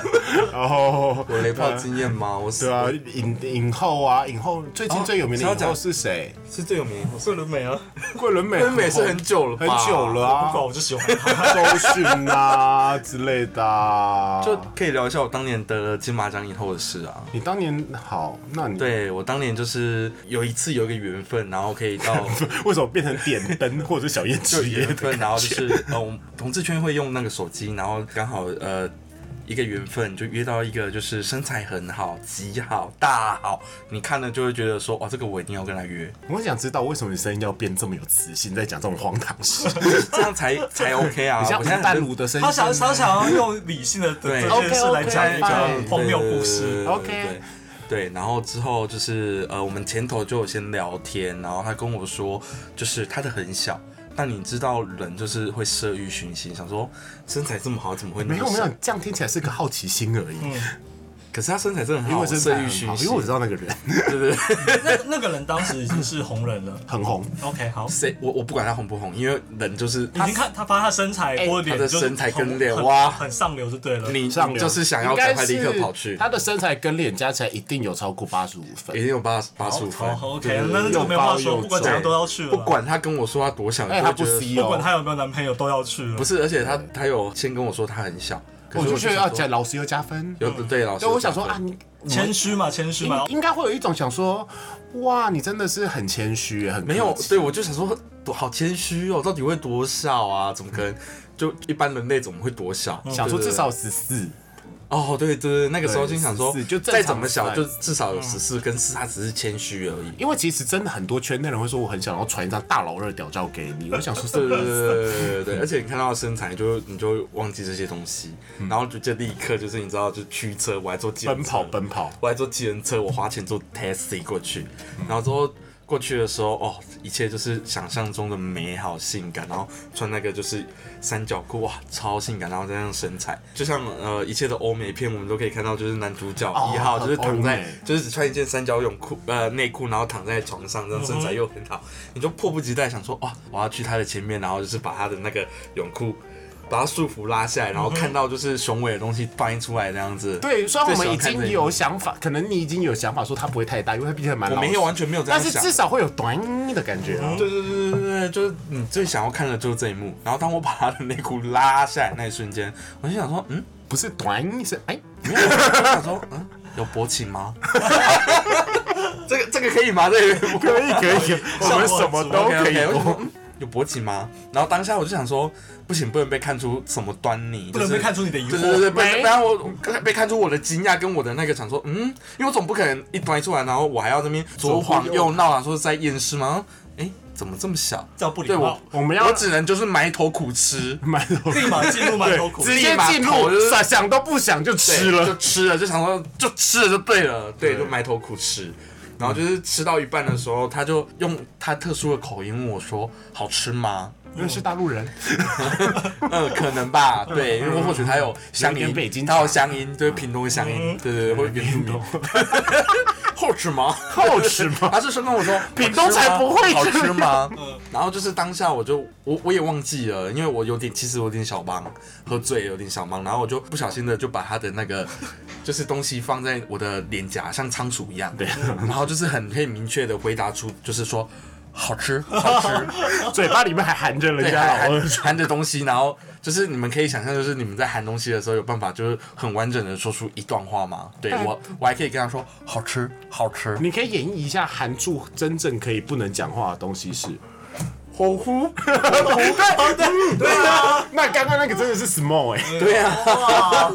[SPEAKER 2] 然后
[SPEAKER 1] 我雷炮经验吗？我是
[SPEAKER 2] 对啊，影影后啊，影后最近最有名的
[SPEAKER 1] 哦
[SPEAKER 2] 影
[SPEAKER 1] 是要
[SPEAKER 2] 后
[SPEAKER 1] 讲
[SPEAKER 2] 是谁？
[SPEAKER 1] 是最有名，我是
[SPEAKER 3] 桂纶镁啊，
[SPEAKER 2] 桂纶镁，
[SPEAKER 1] 桂纶镁是很久了吧
[SPEAKER 2] 很久了啊
[SPEAKER 3] 不，管我就喜欢他。
[SPEAKER 2] 周迅啊之类的啊。
[SPEAKER 1] 就可以聊一下我当年得了金马奖以后的事啊。
[SPEAKER 2] 你当年好，那你
[SPEAKER 1] 对我当年就是有一次有一个缘分，然后可以到
[SPEAKER 2] 为什么变成点灯或者是小燕
[SPEAKER 1] 就
[SPEAKER 2] 之夜
[SPEAKER 1] 缘
[SPEAKER 2] 的
[SPEAKER 1] 分，然后就是呃，我们同志圈会用那个手机，然后刚好呃一个缘分就约到一个就是身材很好、极好、大好，你看了就会觉得说哇，哦这个我一定要跟他约，
[SPEAKER 2] 我想知道为什么你声音要变这么有磁性，在讲这种荒唐 事。
[SPEAKER 1] 这样 才才 OK 啊。
[SPEAKER 2] 你像
[SPEAKER 1] 我现
[SPEAKER 2] 吴
[SPEAKER 1] 在
[SPEAKER 2] 淡
[SPEAKER 1] 很
[SPEAKER 2] 如的声音，
[SPEAKER 3] 他想他想要用理性的这
[SPEAKER 1] 对哎
[SPEAKER 3] 件事来
[SPEAKER 2] OK，OK，
[SPEAKER 3] 讲一个
[SPEAKER 2] fine
[SPEAKER 3] 荒谬故事。
[SPEAKER 1] 对对对对
[SPEAKER 2] OK
[SPEAKER 1] 对，然后之后就是呃，我们前头就有先聊天，然后他跟我说，就是他的很小，但你知道人就是会色欲熏心，想说身材这么好，怎么会那
[SPEAKER 2] 没
[SPEAKER 1] 么
[SPEAKER 2] 有
[SPEAKER 1] 小？
[SPEAKER 2] 没有，这样听起来是个好奇心而已。
[SPEAKER 3] 嗯
[SPEAKER 1] 可是他身材真的很
[SPEAKER 2] 因
[SPEAKER 1] 好，
[SPEAKER 2] 为真
[SPEAKER 1] 色
[SPEAKER 2] 的
[SPEAKER 1] 欲
[SPEAKER 2] 很
[SPEAKER 1] 熏
[SPEAKER 2] 好，
[SPEAKER 1] 心，
[SPEAKER 2] 因为我知道那个人
[SPEAKER 1] 对对对。
[SPEAKER 3] 那那个人当时已经是红人了。
[SPEAKER 2] 很红。
[SPEAKER 3] OK，好，已
[SPEAKER 1] 谁我我不管他红不红，因为人就是
[SPEAKER 3] 经看他发现他身材或脸，
[SPEAKER 1] 他的
[SPEAKER 3] 就是
[SPEAKER 1] 身材跟
[SPEAKER 3] 很
[SPEAKER 1] 脸
[SPEAKER 3] 很
[SPEAKER 1] 哇
[SPEAKER 3] 很上流就对了。
[SPEAKER 1] 你
[SPEAKER 2] 上流
[SPEAKER 1] 你就是想要赶快立刻跑去，
[SPEAKER 2] 他的身材跟脸加起来一定有超过八十五
[SPEAKER 1] 一
[SPEAKER 2] 分。
[SPEAKER 1] 定有八八十五分
[SPEAKER 3] 好。好
[SPEAKER 1] 对
[SPEAKER 3] OK，
[SPEAKER 1] 对对
[SPEAKER 3] 那这个没话说，
[SPEAKER 2] 又
[SPEAKER 3] 不管怎样都要去了。
[SPEAKER 1] 不管他跟我说他多小，
[SPEAKER 2] 哎，
[SPEAKER 1] 我
[SPEAKER 2] 他
[SPEAKER 1] 就
[SPEAKER 2] 不
[SPEAKER 1] 觉得
[SPEAKER 2] C
[SPEAKER 3] 不管他
[SPEAKER 2] 哦，
[SPEAKER 3] 有没有男朋友都要去了。
[SPEAKER 1] 不是，而且他他有先跟我说他很小，可
[SPEAKER 2] 我
[SPEAKER 1] 是
[SPEAKER 2] 哦就觉得要
[SPEAKER 1] 想说
[SPEAKER 2] 讲老师又加分。
[SPEAKER 1] 有对老师
[SPEAKER 2] 对，
[SPEAKER 1] 有
[SPEAKER 2] 我想
[SPEAKER 1] 讲
[SPEAKER 2] 说啊，你
[SPEAKER 3] 谦虚嘛，谦虚
[SPEAKER 1] 嗯
[SPEAKER 3] 嘛
[SPEAKER 2] 应。应该会有一种想说，哇，你真的是很谦虚，欸很
[SPEAKER 1] 没有
[SPEAKER 2] 客气
[SPEAKER 1] 对我就想说多好谦虚哦，到底会多小啊？怎么可能？就一般人类怎么会多小？
[SPEAKER 3] 嗯
[SPEAKER 2] 想说
[SPEAKER 1] 对对
[SPEAKER 2] 至少十四，
[SPEAKER 1] 哦，对对对，那个时候
[SPEAKER 2] 对
[SPEAKER 1] 心想说
[SPEAKER 2] 14就正常嗯
[SPEAKER 1] 再怎么小，
[SPEAKER 2] size
[SPEAKER 1] 就至少有十四跟四，他只是谦虚而已。
[SPEAKER 2] 因为其实真的很多圈内人会说我很想要传一张大佬热屌照给你，我想说
[SPEAKER 1] 对
[SPEAKER 2] 是
[SPEAKER 1] 对对对对对，而且你看到身材就，你就会忘记这些东西，然后就就立刻就是你知道，就驱车，我还坐计程
[SPEAKER 2] 奔
[SPEAKER 1] 车
[SPEAKER 2] 跑，奔跑，
[SPEAKER 1] 我还坐计程车，我花钱坐 taxi 过去，然后之后过去的时候，哦，一切就是想象中的美好性感，然后穿那个就是三角裤，哇，超性感，然后再加上身材，就像呃一切的欧美片，我们都可以看到，就是男主角
[SPEAKER 2] 哦
[SPEAKER 1] 一号就是躺在
[SPEAKER 2] 很欧美，
[SPEAKER 1] 就是只穿一件三角泳裤呃内裤，然后躺在床上，
[SPEAKER 2] 嗯
[SPEAKER 1] 这样身材又很好，你就迫不及待想说哇，我要去他的前面，然后就是把他的那个泳裤。把他束缚拉下来，然后看到就是雄伟的东西翻出来这样子。
[SPEAKER 2] 对，虽然我们已
[SPEAKER 1] 最喜欢看这
[SPEAKER 2] 经
[SPEAKER 1] 一幕
[SPEAKER 2] 有想法，可能你已经有想法说它不会太大，因为它毕竟还蛮
[SPEAKER 1] 我
[SPEAKER 2] 老实
[SPEAKER 1] 没有完全没有这样
[SPEAKER 2] 但
[SPEAKER 1] 想，
[SPEAKER 2] 是至少会有短的感觉啊。
[SPEAKER 1] 对对对对对，就是你最想要看的就是这一幕。然后当我把他的内裤拉下来那一瞬间，我就想说，嗯，
[SPEAKER 2] 不是短是哎，
[SPEAKER 1] 没有，我想说，嗯，有勃起吗？ 这个这个可以吗？这个
[SPEAKER 2] 可以可以，我们什么都可以
[SPEAKER 1] OK，OK，我就
[SPEAKER 2] 播
[SPEAKER 1] 说。嗯有勃起吗？然后当下我就想说，不行，不能被看出什么端倪，
[SPEAKER 3] 不能
[SPEAKER 1] 就是
[SPEAKER 3] 被看出你的疑惑
[SPEAKER 1] 对对对，不
[SPEAKER 2] 没
[SPEAKER 1] 然不然我被看出我的惊讶跟我的那个想说，嗯，因为我总不可能一端出来，然后我还要这边左晃右闹，然后说是在验尸吗？哎、怎么这么小？
[SPEAKER 3] 这样不礼
[SPEAKER 1] 对
[SPEAKER 3] 貌
[SPEAKER 1] 我，
[SPEAKER 2] 我们要
[SPEAKER 1] 我只能就是埋头苦吃，
[SPEAKER 2] 蛮多
[SPEAKER 3] 立马进入馒头苦。
[SPEAKER 1] 对
[SPEAKER 2] 直接进
[SPEAKER 1] 立马头就
[SPEAKER 2] 入，
[SPEAKER 1] 是
[SPEAKER 2] 想想都不想就
[SPEAKER 1] 对
[SPEAKER 2] 吃
[SPEAKER 1] 就
[SPEAKER 2] 了。
[SPEAKER 1] 吃了，就想说就吃了就对了，对，就
[SPEAKER 2] 对
[SPEAKER 1] 埋头苦吃。然后就是吃到一半的时候，他就用他特殊的口音问我说：“好吃吗
[SPEAKER 2] 因为是大陆人，？”
[SPEAKER 1] 嗯，可能吧，对，因为或许他有乡
[SPEAKER 2] 有
[SPEAKER 1] 音，
[SPEAKER 2] 点北京
[SPEAKER 1] 他有
[SPEAKER 2] 腔
[SPEAKER 1] 乡音，对，屏东的乡音，对对对，或者原住民。 好吃吗？
[SPEAKER 2] 好吃吗
[SPEAKER 1] 他是说跟我 说，
[SPEAKER 2] 屏东才不会
[SPEAKER 1] 好吃
[SPEAKER 2] 这
[SPEAKER 1] 吗？然后就是当下我就我我也忘记了，因为我有点其实我有点小忙，喝醉有点小忙，然后我就不小心的就把他的那个 就是东西放在我的脸颊，像仓鼠一样，对，然后就是很可以明确的回答出，就是说好吃， 好吃，
[SPEAKER 2] 嘴巴里面还含着人
[SPEAKER 1] 对，
[SPEAKER 2] 家
[SPEAKER 1] 还
[SPEAKER 2] 老
[SPEAKER 1] 含
[SPEAKER 2] 二。
[SPEAKER 1] 含着东西，然后就是你们可以想象，就是你们在含东西的时候，有办法就是很完整的说出一段话吗？对我，我还可以跟他说好吃，好吃，
[SPEAKER 2] 你可以演绎一下含住真正可以不能讲话的东西是。
[SPEAKER 1] 呼呼，
[SPEAKER 2] 对啊，那刚刚那个真的是 small 哎、
[SPEAKER 1] 对啊，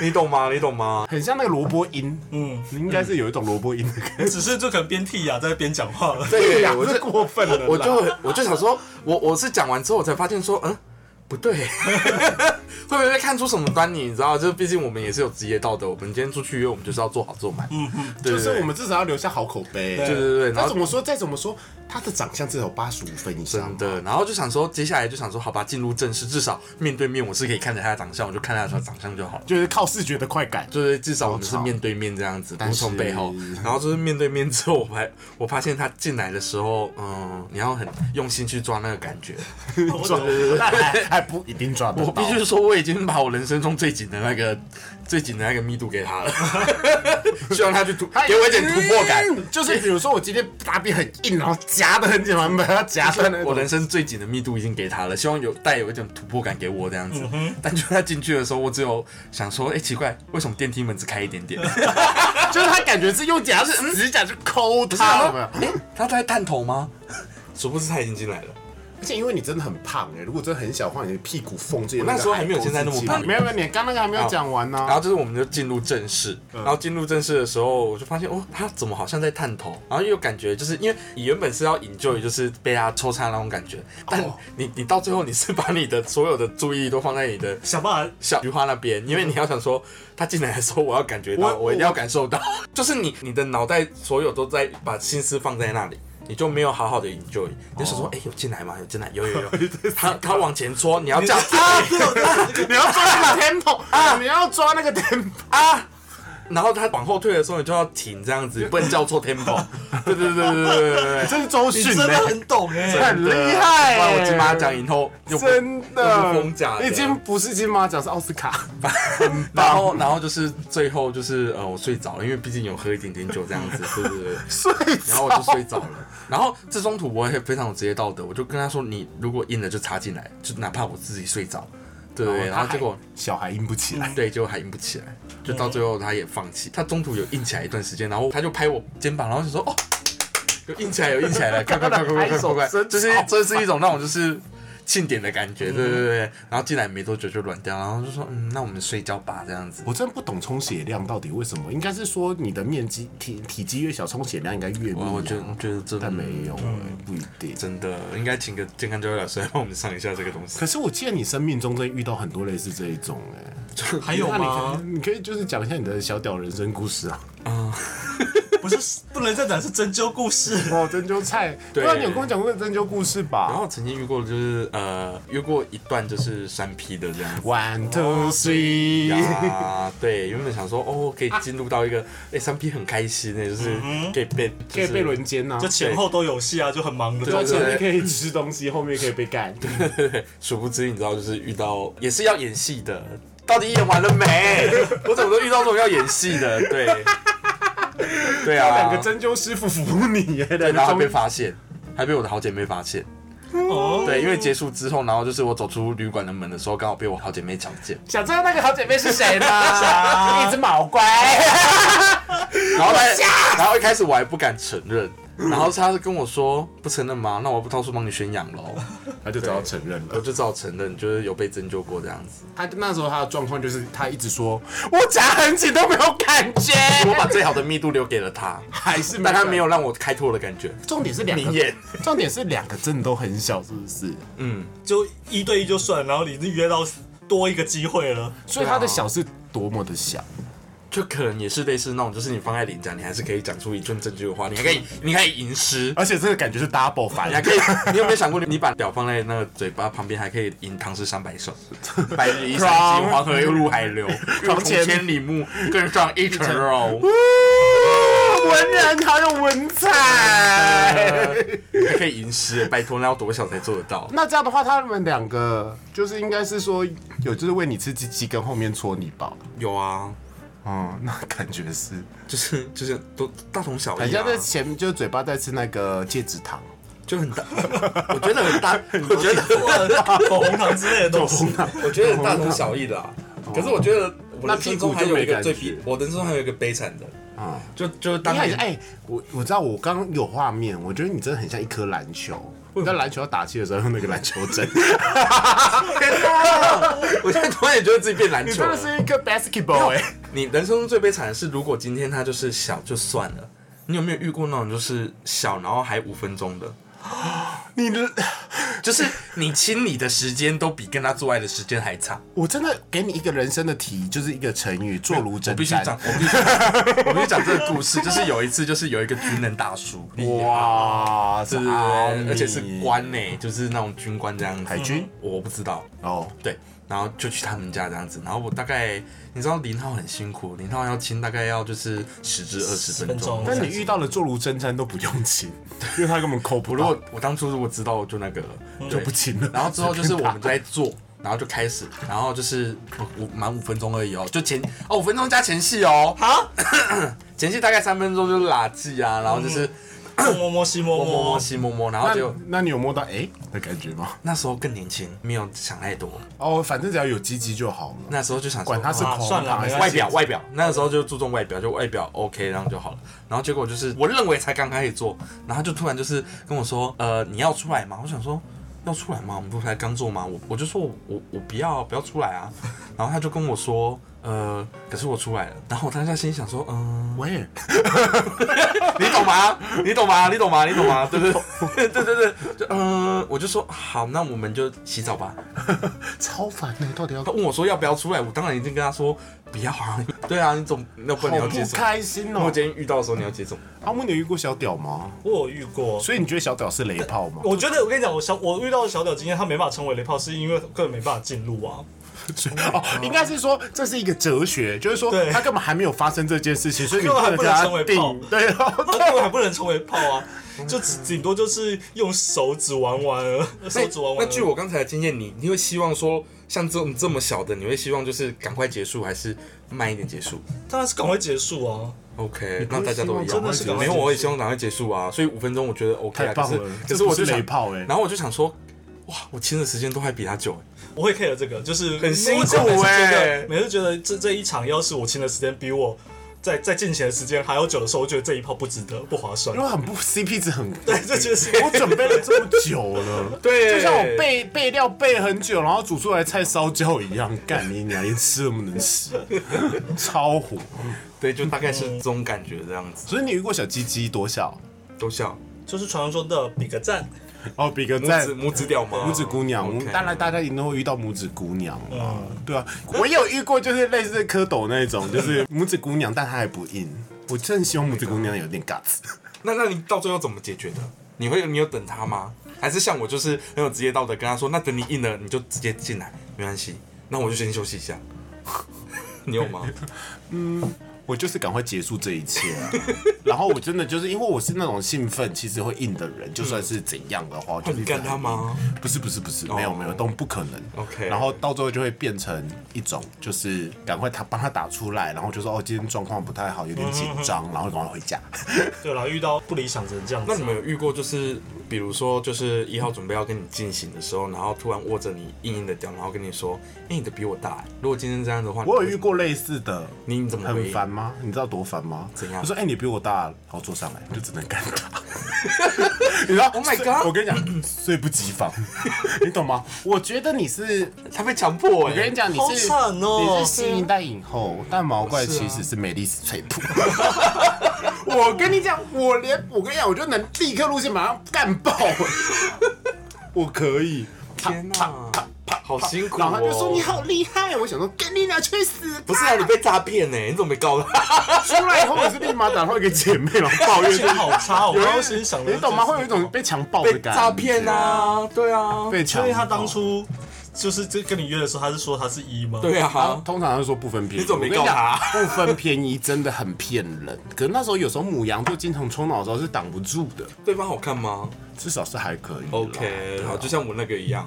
[SPEAKER 1] 你懂吗？你懂吗？
[SPEAKER 2] 很像那个萝卜音，
[SPEAKER 3] 嗯，
[SPEAKER 2] 应该是有一种萝卜音的感觉。
[SPEAKER 3] 只是就可能边剔牙在边讲话了。
[SPEAKER 1] 对
[SPEAKER 2] 呀，
[SPEAKER 1] 我
[SPEAKER 2] 这
[SPEAKER 1] 就
[SPEAKER 2] 过分了啦。
[SPEAKER 1] 我就我就想说，我我是讲完之后我才发现说，嗯，不对， 会不会被看出什么端倪？你知道，就是毕竟我们也是有职业道德，我们今天出去约，我们就是要做好做满。嗯嗯，对对
[SPEAKER 2] 就是
[SPEAKER 1] 对
[SPEAKER 2] 我们至少要留下好口碑。
[SPEAKER 1] 对对对然
[SPEAKER 2] 他
[SPEAKER 1] 后
[SPEAKER 2] 怎么说？再怎么说，他的长相至少八十五分以上
[SPEAKER 1] 真。的，然后就想说，接下来就想说，好吧，进入正式，至少面对面我是可以看着他的长相，我就看他的长相就好了。
[SPEAKER 2] 就是靠视觉的快 感，
[SPEAKER 1] 就是至少我们是
[SPEAKER 2] 我操
[SPEAKER 1] 面对面这样子，
[SPEAKER 2] 但
[SPEAKER 1] 不
[SPEAKER 2] 是
[SPEAKER 1] 从背后。然后就是面对面之后，我还我发现他进来的时候，嗯，你要很用心去抓那个感觉。
[SPEAKER 3] 我
[SPEAKER 2] 抓
[SPEAKER 3] 懂
[SPEAKER 2] 那还还哎不一定抓得
[SPEAKER 1] 我
[SPEAKER 2] 到
[SPEAKER 1] 必。须说，我已经把我人生中最紧的那个最紧的那个密度给他了， 希望他去突给我一点突破 感。
[SPEAKER 2] 嗯就是比如说我今天大便很硬，然后夹的很紧，然后把它夹断了。
[SPEAKER 1] 我人生最紧的密度已经给他了，希望有带有一点突破感给我这样子。但就他进去的时候，我只有想说，哎、奇怪，为什么电梯门只开一点 点？
[SPEAKER 2] 就是他感觉是用夹是指甲去抠它，有没有？
[SPEAKER 1] 哎，他在探头吗？ 殊不知他已经进来了。
[SPEAKER 2] 而且因为你真的很胖哎，如果真的很小的话，你的屁股缝这些
[SPEAKER 1] 我那时候还没有现在那么胖
[SPEAKER 2] 没有没有，你刚那个还没有讲完呢
[SPEAKER 1] 然。后就是我们就进入正室，然后进入正室的时候，我就发现哦，他怎么好像在探头，然后又感觉就是因为你原本是要 enjoy 就是被他抽插那种感觉，但
[SPEAKER 2] 哦
[SPEAKER 1] 你你到最后你是把你的所有的注意都放在你的
[SPEAKER 3] 想办法
[SPEAKER 1] 小菊花那边，因为你要想说他进来的时候，我要感觉到，
[SPEAKER 2] 我
[SPEAKER 1] 我一定要感受到， 就是你你的脑袋所有都在把心思放在那里。你就没有好好的 enjoy，你就想说，哎、有进来吗？有进来，有有有。他他往前戳，你要这样啊
[SPEAKER 2] 你要抓那个 tempo 啊，你要抓那个 tempo。
[SPEAKER 1] 啊！然后他往后退的时候，你就要停这样 子，不能叫错 tempo。对对对对对对对对，
[SPEAKER 2] 这是周
[SPEAKER 3] 你
[SPEAKER 2] 迅
[SPEAKER 3] 真的
[SPEAKER 2] 欸
[SPEAKER 3] 很懂哎、
[SPEAKER 2] 的很厉害欸
[SPEAKER 1] 不然我金马奖以后又不
[SPEAKER 2] 真
[SPEAKER 1] 又
[SPEAKER 2] 的
[SPEAKER 1] 不封假的，
[SPEAKER 2] 已经不是金马奖，是奥斯 卡。
[SPEAKER 1] 然后然后就是最后就是呃我睡着了，因为毕竟有喝一点点酒这样子，对 对对。
[SPEAKER 2] 睡
[SPEAKER 1] 然后我就睡着了。然后这中途我也非常有职业道德，我就跟他说：“你如果硬了就插进来，就哪怕我自己睡着。”对 对，对然后结果
[SPEAKER 2] 小孩硬不起来，
[SPEAKER 1] 对，结果还硬不起来，就到最后他也放弃。他中途有硬起来一段时间，然后他就拍我肩膀，然后就说：“哦，有硬起来，有硬起来了，快快快快快快快快！”就是这是一种那种就是。庆典的感觉，对对对，然后进来没多久就软掉，然后就说，嗯，那我们睡觉吧，这样子。
[SPEAKER 2] 我真不懂充血量到底为什么，应该是说你的面积体体积越小，充血量应该越密
[SPEAKER 1] 我
[SPEAKER 2] 啊。
[SPEAKER 1] 我觉得我觉得这嗯
[SPEAKER 2] 但没有，不一定。
[SPEAKER 1] 真的应该请个健康教育老师来帮我们上一下这个东西。
[SPEAKER 2] 可是我记得你生命中真的遇到很多类似这一种哎、
[SPEAKER 3] 还有
[SPEAKER 2] 那你可
[SPEAKER 3] 吗？
[SPEAKER 2] 以你可以就是讲一下你的小屌人生故事啊。
[SPEAKER 3] 不是不能再讲是针灸故事，
[SPEAKER 2] 哦，针灸菜，
[SPEAKER 1] 对
[SPEAKER 2] 不然你有跟我讲过针灸故事
[SPEAKER 1] 然
[SPEAKER 2] 吧
[SPEAKER 1] 后曾经遇过就是呃遇过一段就是山批的这样子。
[SPEAKER 2] ？One two three，
[SPEAKER 1] 啊，对，原本想说哦，
[SPEAKER 2] 啊
[SPEAKER 1] 可以进入到一个哎三 P 很开心的，就是可以被
[SPEAKER 2] 嗯可以被轮奸呐、啊
[SPEAKER 3] 就。前后都有戏啊，就很忙
[SPEAKER 2] 就
[SPEAKER 3] 的。
[SPEAKER 2] 前面可以吃东西，后面可以被干。
[SPEAKER 1] 对，殊不知你知道就是遇到也是要演戏的，到底演完了没？ 我怎么都遇到这种要演戏的，对，对啊，
[SPEAKER 2] 两个针灸师傅服务你耶，
[SPEAKER 1] 对，
[SPEAKER 2] 两
[SPEAKER 1] 然后还被
[SPEAKER 2] 个
[SPEAKER 1] 发现，还被我的好姐妹发现。
[SPEAKER 3] 哦，
[SPEAKER 1] 对，因为结束之后，然后就是我走出旅馆的门的时候，刚好被我好姐妹瞧见，
[SPEAKER 2] 想知道那个好姐妹是谁呢？ 一只毛乖，
[SPEAKER 1] 然后他，然后一开始我还不敢承认，然后他就跟我说不承认吗？那我不到处帮你宣扬喽，
[SPEAKER 2] 他就只好承认
[SPEAKER 1] 我
[SPEAKER 2] 了。
[SPEAKER 1] 就只好承认，就是有被针灸过这样子。
[SPEAKER 2] 他那时候他的状况就是，他一直说我夹很紧都没有感觉，
[SPEAKER 1] 我把最好的密度留给了 他，
[SPEAKER 2] 还是
[SPEAKER 1] 但他
[SPEAKER 2] 感
[SPEAKER 1] 没有让我开拓的感觉。
[SPEAKER 2] 重点是两
[SPEAKER 1] 明眼
[SPEAKER 2] 个，啊重点是两个真的都很小，是不是？
[SPEAKER 3] 就一对一就算，然后你约到多一个机会了，
[SPEAKER 2] 所以他的小是多么的小，
[SPEAKER 1] 就可能也是类似那种，就是你放在脸颊，你还是可以讲出一阵正确的话，你还 可以，你还可以吟诗，
[SPEAKER 2] 而且这个感觉是 double 反
[SPEAKER 1] 你 还可以，你有没有想过，你把屌放在那个嘴巴旁边，还可以吟唐诗三百首， 白日依山尽，黄河入海流，欲
[SPEAKER 2] 床
[SPEAKER 1] 穷
[SPEAKER 2] 前
[SPEAKER 1] 千里目，更上一层 楼。
[SPEAKER 2] 文人好有文采。
[SPEAKER 1] 呃还可以吟诗，拜托，那要多小才做得到？
[SPEAKER 2] 那这样的话，他们两个就是应该是说有就是为你吃鸡鸡跟后面搓你吧。
[SPEAKER 1] 有啊，
[SPEAKER 2] 嗯，那感觉是，
[SPEAKER 1] 就是就是都大同小
[SPEAKER 2] 很
[SPEAKER 1] 异、啊
[SPEAKER 2] 像，在前面就是嘴巴在吃那个戒指糖，
[SPEAKER 1] 就很大，我觉得很大，我觉得
[SPEAKER 3] 口红糖之类
[SPEAKER 2] 啊
[SPEAKER 3] 的东西。
[SPEAKER 1] 我觉得很大同小异的啊。
[SPEAKER 2] 哦
[SPEAKER 1] 可是我觉得我
[SPEAKER 2] 那
[SPEAKER 1] 人
[SPEAKER 2] 屁
[SPEAKER 1] 生
[SPEAKER 2] 股
[SPEAKER 1] 中还
[SPEAKER 2] 就
[SPEAKER 1] 有
[SPEAKER 2] 没
[SPEAKER 1] 一个
[SPEAKER 2] 感
[SPEAKER 1] 最
[SPEAKER 2] 觉
[SPEAKER 1] 悲，我人生中还有一个悲惨的
[SPEAKER 2] 啊
[SPEAKER 1] 就就是当
[SPEAKER 2] 你看，
[SPEAKER 1] 年
[SPEAKER 2] 哎、我我知道，我刚刚有画面，我觉得你真的很像一颗篮球。你在篮球要打气的时候用那个篮球针，
[SPEAKER 1] 我现在突然也觉得自己变篮
[SPEAKER 2] 你
[SPEAKER 1] 球
[SPEAKER 2] 真的
[SPEAKER 1] 了。
[SPEAKER 2] 是一个 basketball 哎、
[SPEAKER 1] 你人生中最悲惨的是，如果今天他就是小就算了，你有没有遇过那种就是小然后还五分钟的？
[SPEAKER 2] 你的
[SPEAKER 1] 就是你亲你的时间都比跟他做爱的时间还长。
[SPEAKER 2] 我真的给你一个人生的题，就是一个成语“坐如
[SPEAKER 1] 我
[SPEAKER 2] 针
[SPEAKER 1] 必须
[SPEAKER 2] 毡
[SPEAKER 1] 讲，我必须讲，我必须讲这个故事。就是有一次，就是有一个军人大叔，”。哇，
[SPEAKER 2] 哇，啊
[SPEAKER 1] 对对
[SPEAKER 2] 操你
[SPEAKER 1] 啊对，而且是官呢、就是那种军官这样子。
[SPEAKER 2] 海军
[SPEAKER 1] 我不知道，
[SPEAKER 2] 哦，
[SPEAKER 1] 对，然后就去他们家这样子，然后我大概你知道林浩很辛苦，林浩要亲大概要就是十至二十分
[SPEAKER 3] 分
[SPEAKER 1] 钟
[SPEAKER 3] 钟。
[SPEAKER 2] 但你遇到了坐如针毡都不用亲， 因为他根本扣不
[SPEAKER 1] 如
[SPEAKER 2] 到
[SPEAKER 1] 果，我当初如果知道，我就那个了，
[SPEAKER 2] 就
[SPEAKER 1] 对
[SPEAKER 2] 不亲了。
[SPEAKER 1] 然后之后就是我们在做，然后就开始，然后就是哦五满五分钟而已哦，就前哦五分钟加前戏哦，
[SPEAKER 3] 啊，
[SPEAKER 1] 前戏大概三分钟就是拉技啊，然后就是
[SPEAKER 3] 东摸摸西摸
[SPEAKER 1] 摸摸摸
[SPEAKER 3] 摸，
[SPEAKER 1] 西摸摸，然后
[SPEAKER 2] 那
[SPEAKER 1] 就
[SPEAKER 2] 那你有摸到哎的感觉吗？
[SPEAKER 1] 那时候更年轻，没有想太多，
[SPEAKER 2] 哦，反正只要有鸡鸡就好了，
[SPEAKER 1] 那时候就想说
[SPEAKER 2] 管他是
[SPEAKER 1] 哇
[SPEAKER 2] 口
[SPEAKER 3] 算了
[SPEAKER 2] 还是
[SPEAKER 3] 没关
[SPEAKER 1] 外
[SPEAKER 3] 系
[SPEAKER 1] 表外表，那个时候就注重外表，就外表 OK，然后就好了。然后结果就是我认为才刚开始做，然后他就突然就是跟我说，呃，你要出来吗？我想说要出来吗？我们不是才刚做吗？我我就说我我我不要不要出来啊。然后他就跟我说，呃，可是我出来了。然后我当下心里想说，嗯、
[SPEAKER 2] 喂，
[SPEAKER 1] 你懂吗？你懂吗？你懂吗？你懂吗？对对对对对对，就嗯、我就说好，那我们就洗澡吧。
[SPEAKER 2] 超烦的，到底要
[SPEAKER 1] 他问我说要不要出来，我当然一定跟他说不要啊。对啊，你总那不然你
[SPEAKER 2] 好
[SPEAKER 1] 要接
[SPEAKER 2] 不
[SPEAKER 1] 受。
[SPEAKER 2] 开心
[SPEAKER 1] 那我
[SPEAKER 2] 哦。
[SPEAKER 1] 今天遇到的时候，你要接种？
[SPEAKER 2] 阿木，你有遇过小屌吗？
[SPEAKER 3] 我有遇过。
[SPEAKER 2] 所以你觉得小屌是雷炮吗？
[SPEAKER 3] 我觉得我跟你讲，我小我遇到的小屌今天他没办法成为雷炮，是因为根本没办法进入啊。
[SPEAKER 2] 哦，应该是说这是一个哲学，就是说
[SPEAKER 3] 对
[SPEAKER 2] 他根本还没有发生这件事情，所以你
[SPEAKER 3] 根本还
[SPEAKER 2] 能
[SPEAKER 3] 不
[SPEAKER 2] 跟
[SPEAKER 3] 能
[SPEAKER 2] 他
[SPEAKER 3] 成为炮
[SPEAKER 2] 定对哦。
[SPEAKER 3] 他根本还不能成为炮啊，就只顶多就是用手指玩玩而，手指玩玩而
[SPEAKER 1] 那
[SPEAKER 3] 已。
[SPEAKER 1] 据我刚才的经验，你你会希望说，像这种这么小的，你会希望就是赶快结束，还是慢一点结束
[SPEAKER 3] 当然是赶快结束啊。
[SPEAKER 1] ？OK，那大家都一样，
[SPEAKER 3] 真的是赶快
[SPEAKER 1] 没
[SPEAKER 3] 结束
[SPEAKER 1] 有，我也希望赶快结束啊。所以五分钟我觉得 OK 啊，
[SPEAKER 2] 太棒
[SPEAKER 1] 可是
[SPEAKER 2] 了
[SPEAKER 1] 可
[SPEAKER 2] 这
[SPEAKER 1] 是
[SPEAKER 2] 不
[SPEAKER 1] 我
[SPEAKER 2] 是
[SPEAKER 1] 就想
[SPEAKER 2] 雷炮欸
[SPEAKER 1] 然后我就想说，哇，我亲的时间都还比他久欸，
[SPEAKER 3] 我会 care 这个，就是
[SPEAKER 1] 很辛苦
[SPEAKER 3] 我每次觉
[SPEAKER 1] 欸
[SPEAKER 3] 得每次觉得这这一场要是我亲的时间比我在在进行的时间还要久的时候，我觉得这一炮不值得，不 划算
[SPEAKER 2] 因。为很不 CP 值很高
[SPEAKER 3] 对，，这就是
[SPEAKER 2] 我准备了这么久了，
[SPEAKER 1] 对
[SPEAKER 2] 就像我备备料备很久，然后煮出来菜烧焦一样，干你娘，连吃都不能吃， 超火。
[SPEAKER 1] 对，就大概是这种感觉这样子。
[SPEAKER 2] 所以你遇过小鸡鸡多小？
[SPEAKER 1] 都笑，
[SPEAKER 3] 就是传说中的比个赞，
[SPEAKER 2] 哦，比个
[SPEAKER 1] 拇
[SPEAKER 2] 赞
[SPEAKER 1] 指。拇指掉吗？
[SPEAKER 2] 拇指姑娘
[SPEAKER 1] OK 嗯
[SPEAKER 2] 当然大家一定都会遇到拇指姑娘啊，对啊，我也有遇过，就是类似蝌蚪那种，就是拇指姑娘，但她还不硬。我真的希望拇指姑娘有点 guts。
[SPEAKER 1] 那那你到最后怎么解决的？你会你有等他吗？还是像我就是很有职业道德，跟他说，那等你硬了你就直接进来，没关系，那我就先休息一下。 你有 吗？
[SPEAKER 2] 我就是赶快结束这一切、啊， 然后我真的就是因为我是那种兴奋，其实会硬的人，就算是怎样的话，我就
[SPEAKER 1] 哦
[SPEAKER 2] 是
[SPEAKER 1] 你干他吗？哦
[SPEAKER 2] 不是不是不是，没有没有，都不可能。
[SPEAKER 1] OK
[SPEAKER 2] 然后到最后就会变成一种，就是赶快他帮他打出来，然后就说哦，今天状况不太好，有点紧
[SPEAKER 1] 嗯
[SPEAKER 2] 张，然后赶快回家。
[SPEAKER 3] 对啦，遇到不理想只能这样子
[SPEAKER 1] 那。你们有遇过就是，比如说就是一号准备要跟你进行的时候，然后突然握着你硬硬的掉，然后跟你说，哎、你的比我大、如果今天这样的话，
[SPEAKER 2] 我有遇过类似的，
[SPEAKER 1] 你你怎么回
[SPEAKER 2] 很
[SPEAKER 1] 应
[SPEAKER 2] 烦吗？你知道多烦吗？
[SPEAKER 1] 怎样
[SPEAKER 2] 我说哎、你比我大，然后坐上来，就只能干他。你知道
[SPEAKER 1] Oh my
[SPEAKER 2] 所
[SPEAKER 1] God
[SPEAKER 2] 我跟你讲，猝不及防，你懂吗？我觉得你是
[SPEAKER 1] 你他被强迫哎、
[SPEAKER 2] 我跟你讲，你是
[SPEAKER 3] 好惨哦
[SPEAKER 2] 你是新一代影后，但毛怪其实嗯是啊美丽史翠普。我跟你讲，我连我跟你讲，我就能立刻路线马上干爆，我可以。
[SPEAKER 1] 天哪、好辛苦、哦。
[SPEAKER 2] 然后他就说你好厉害，我想说跟你俩去死吧！
[SPEAKER 1] 不是啊，你被诈骗呢，你怎么没告他？
[SPEAKER 2] 出来以后，我是立马打电话给姐妹，然后抱怨
[SPEAKER 3] 心情好差哦，我
[SPEAKER 2] 有人
[SPEAKER 3] 刚刚心想的
[SPEAKER 2] 你懂吗？会有一种被强暴的
[SPEAKER 1] 被
[SPEAKER 2] 感觉。
[SPEAKER 1] 诈骗！啊，对啊，
[SPEAKER 2] 被
[SPEAKER 3] 确
[SPEAKER 2] 强暴。
[SPEAKER 3] 定他当初就是这跟你约的时候，他是说他是一吗？
[SPEAKER 1] 对
[SPEAKER 2] 啊
[SPEAKER 1] 啊，，
[SPEAKER 2] 通常他说不分便宜，
[SPEAKER 1] 你怎么没
[SPEAKER 2] 我跟你
[SPEAKER 1] 告他
[SPEAKER 2] 讲 不分便宜真的很骗人。可是那时候有时候母羊座经常冲脑的时候是挡不住的，
[SPEAKER 1] 对方好看吗
[SPEAKER 2] 至少是还可以啦。
[SPEAKER 1] ？OK，好，就像我那个一样。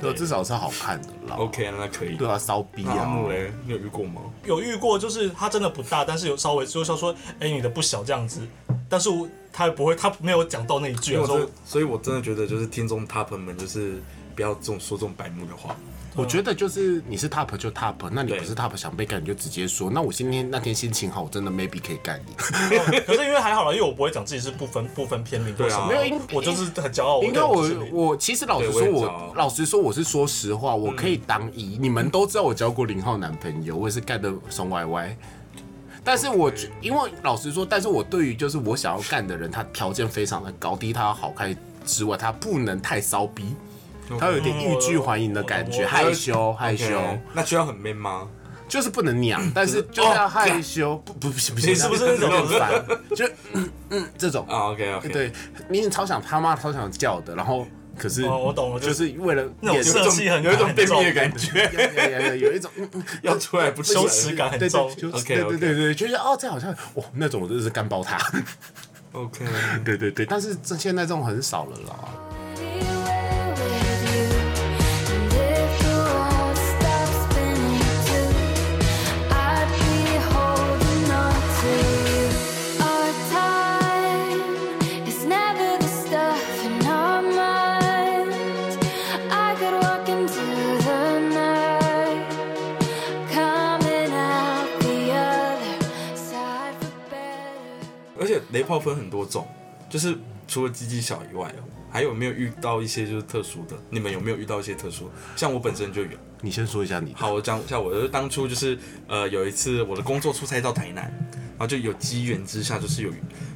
[SPEAKER 2] 对，至少是好看的啦。
[SPEAKER 1] OK，那可以。
[SPEAKER 2] 对啊，骚逼
[SPEAKER 1] 那阿
[SPEAKER 2] 啊
[SPEAKER 1] 木，嗯嘞，你有遇过吗？
[SPEAKER 3] 有遇过，就是他真的不大，但是有稍微就是说，哎、你的不小这样子，但是我他不会，他没有讲到那一句，啊
[SPEAKER 1] 因为我
[SPEAKER 3] 我说
[SPEAKER 1] 真的，所以我真的觉得就是听众 top 们就是不要这种说这种白目的话。
[SPEAKER 2] 我觉得就是你是 top 就 top，那你
[SPEAKER 1] 对
[SPEAKER 2] 不是 top 想被干你就直接说。那我今天那天心情好，我真的 maybe 可以干你。
[SPEAKER 3] 哦可是因为还好啦，因为我不会讲自己是不分不分偏零或什
[SPEAKER 1] 对啊
[SPEAKER 3] 么，
[SPEAKER 1] 没
[SPEAKER 2] 有因
[SPEAKER 3] 我就是很骄
[SPEAKER 1] 哦
[SPEAKER 3] 傲，
[SPEAKER 2] 应该
[SPEAKER 3] 我
[SPEAKER 2] 我
[SPEAKER 3] 对我是啊零
[SPEAKER 2] 我其实老实说，
[SPEAKER 1] 对我也知道嗯
[SPEAKER 2] 我老实说我是说实话，我可以当一。你们都知道我交过零号男朋友，我也是干的怂歪歪。但是我觉因为老实说，但是我对于就是我想要干的人，他条件非常的高，第一他要好看之外，他不能太骚逼。他有点欲拒还迎的感
[SPEAKER 1] 哦
[SPEAKER 2] 觉，
[SPEAKER 3] 我
[SPEAKER 2] 害羞害
[SPEAKER 1] OK，
[SPEAKER 2] 羞，
[SPEAKER 1] 那需要很 man 吗？
[SPEAKER 2] 就是不能娘，但是就是要害羞，不不不行不行，
[SPEAKER 1] 哦你是不是
[SPEAKER 2] 那
[SPEAKER 1] 那种
[SPEAKER 2] 很烦？ 就嗯嗯这种
[SPEAKER 1] 啊，OK OK，，
[SPEAKER 2] 对，你已经超想他妈超想叫的，然后可是
[SPEAKER 3] 哦我懂我
[SPEAKER 2] 就是为了
[SPEAKER 3] 那种
[SPEAKER 2] 掩饰
[SPEAKER 3] 色气很
[SPEAKER 1] 有一种
[SPEAKER 3] 很
[SPEAKER 1] 便秘的
[SPEAKER 3] 重
[SPEAKER 1] 感觉，
[SPEAKER 2] 有有 有有一种嗯嗯
[SPEAKER 1] 要出来不出
[SPEAKER 3] 羞
[SPEAKER 1] 来
[SPEAKER 3] 耻感很
[SPEAKER 2] 对
[SPEAKER 3] 重
[SPEAKER 2] 对，就
[SPEAKER 1] OK，
[SPEAKER 2] 对对
[SPEAKER 1] OK
[SPEAKER 2] 对对，就是哦，这好像哇那种我真的是干爆他，
[SPEAKER 1] OK，
[SPEAKER 2] 对对对，但是这现在这种很少了啦。
[SPEAKER 4] Coming out the other side for better.
[SPEAKER 1] 而且雷炮分很多种，就是除了鸡鸡小以外，哦还有没有遇到一些就是特殊的？你们有没有遇到一些特殊？像我本身就有。
[SPEAKER 2] 你先说一下你的，
[SPEAKER 1] 好，我讲一下我，就是当初就是呃有一次我的工作出差到台南，然后就有机缘之下，就是有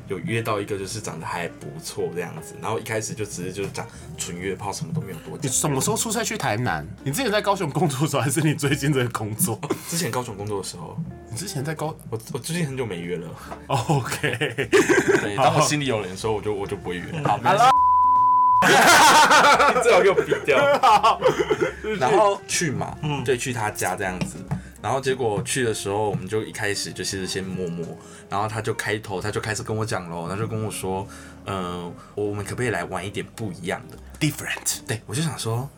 [SPEAKER 1] 有约到一个就是长得还不错这样子，然后一开始就只是就是讲纯约炮，什么都没有多
[SPEAKER 2] 你
[SPEAKER 1] 讲。
[SPEAKER 2] 什么时候出差去台南？你之前在高雄工作的时候，还是你最近这个工作？
[SPEAKER 1] 之前高雄工作的时候，
[SPEAKER 2] 你之前在高
[SPEAKER 1] 我我最近很久没约了，
[SPEAKER 2] 哦，OK，
[SPEAKER 1] 对，当我心里有人的时候，我就我就不会约。
[SPEAKER 2] 嗯
[SPEAKER 1] 好，没事。你 最好给我比掉。然后去嘛，嗯，对，去他家这样子。然后结果去的时候，我们就一开始就是先摸摸，然后他就开头，他就开始跟我讲喽，他就跟我说，呃，我们可不可以来玩一点不一样的？
[SPEAKER 2] different，
[SPEAKER 1] 对我就想说，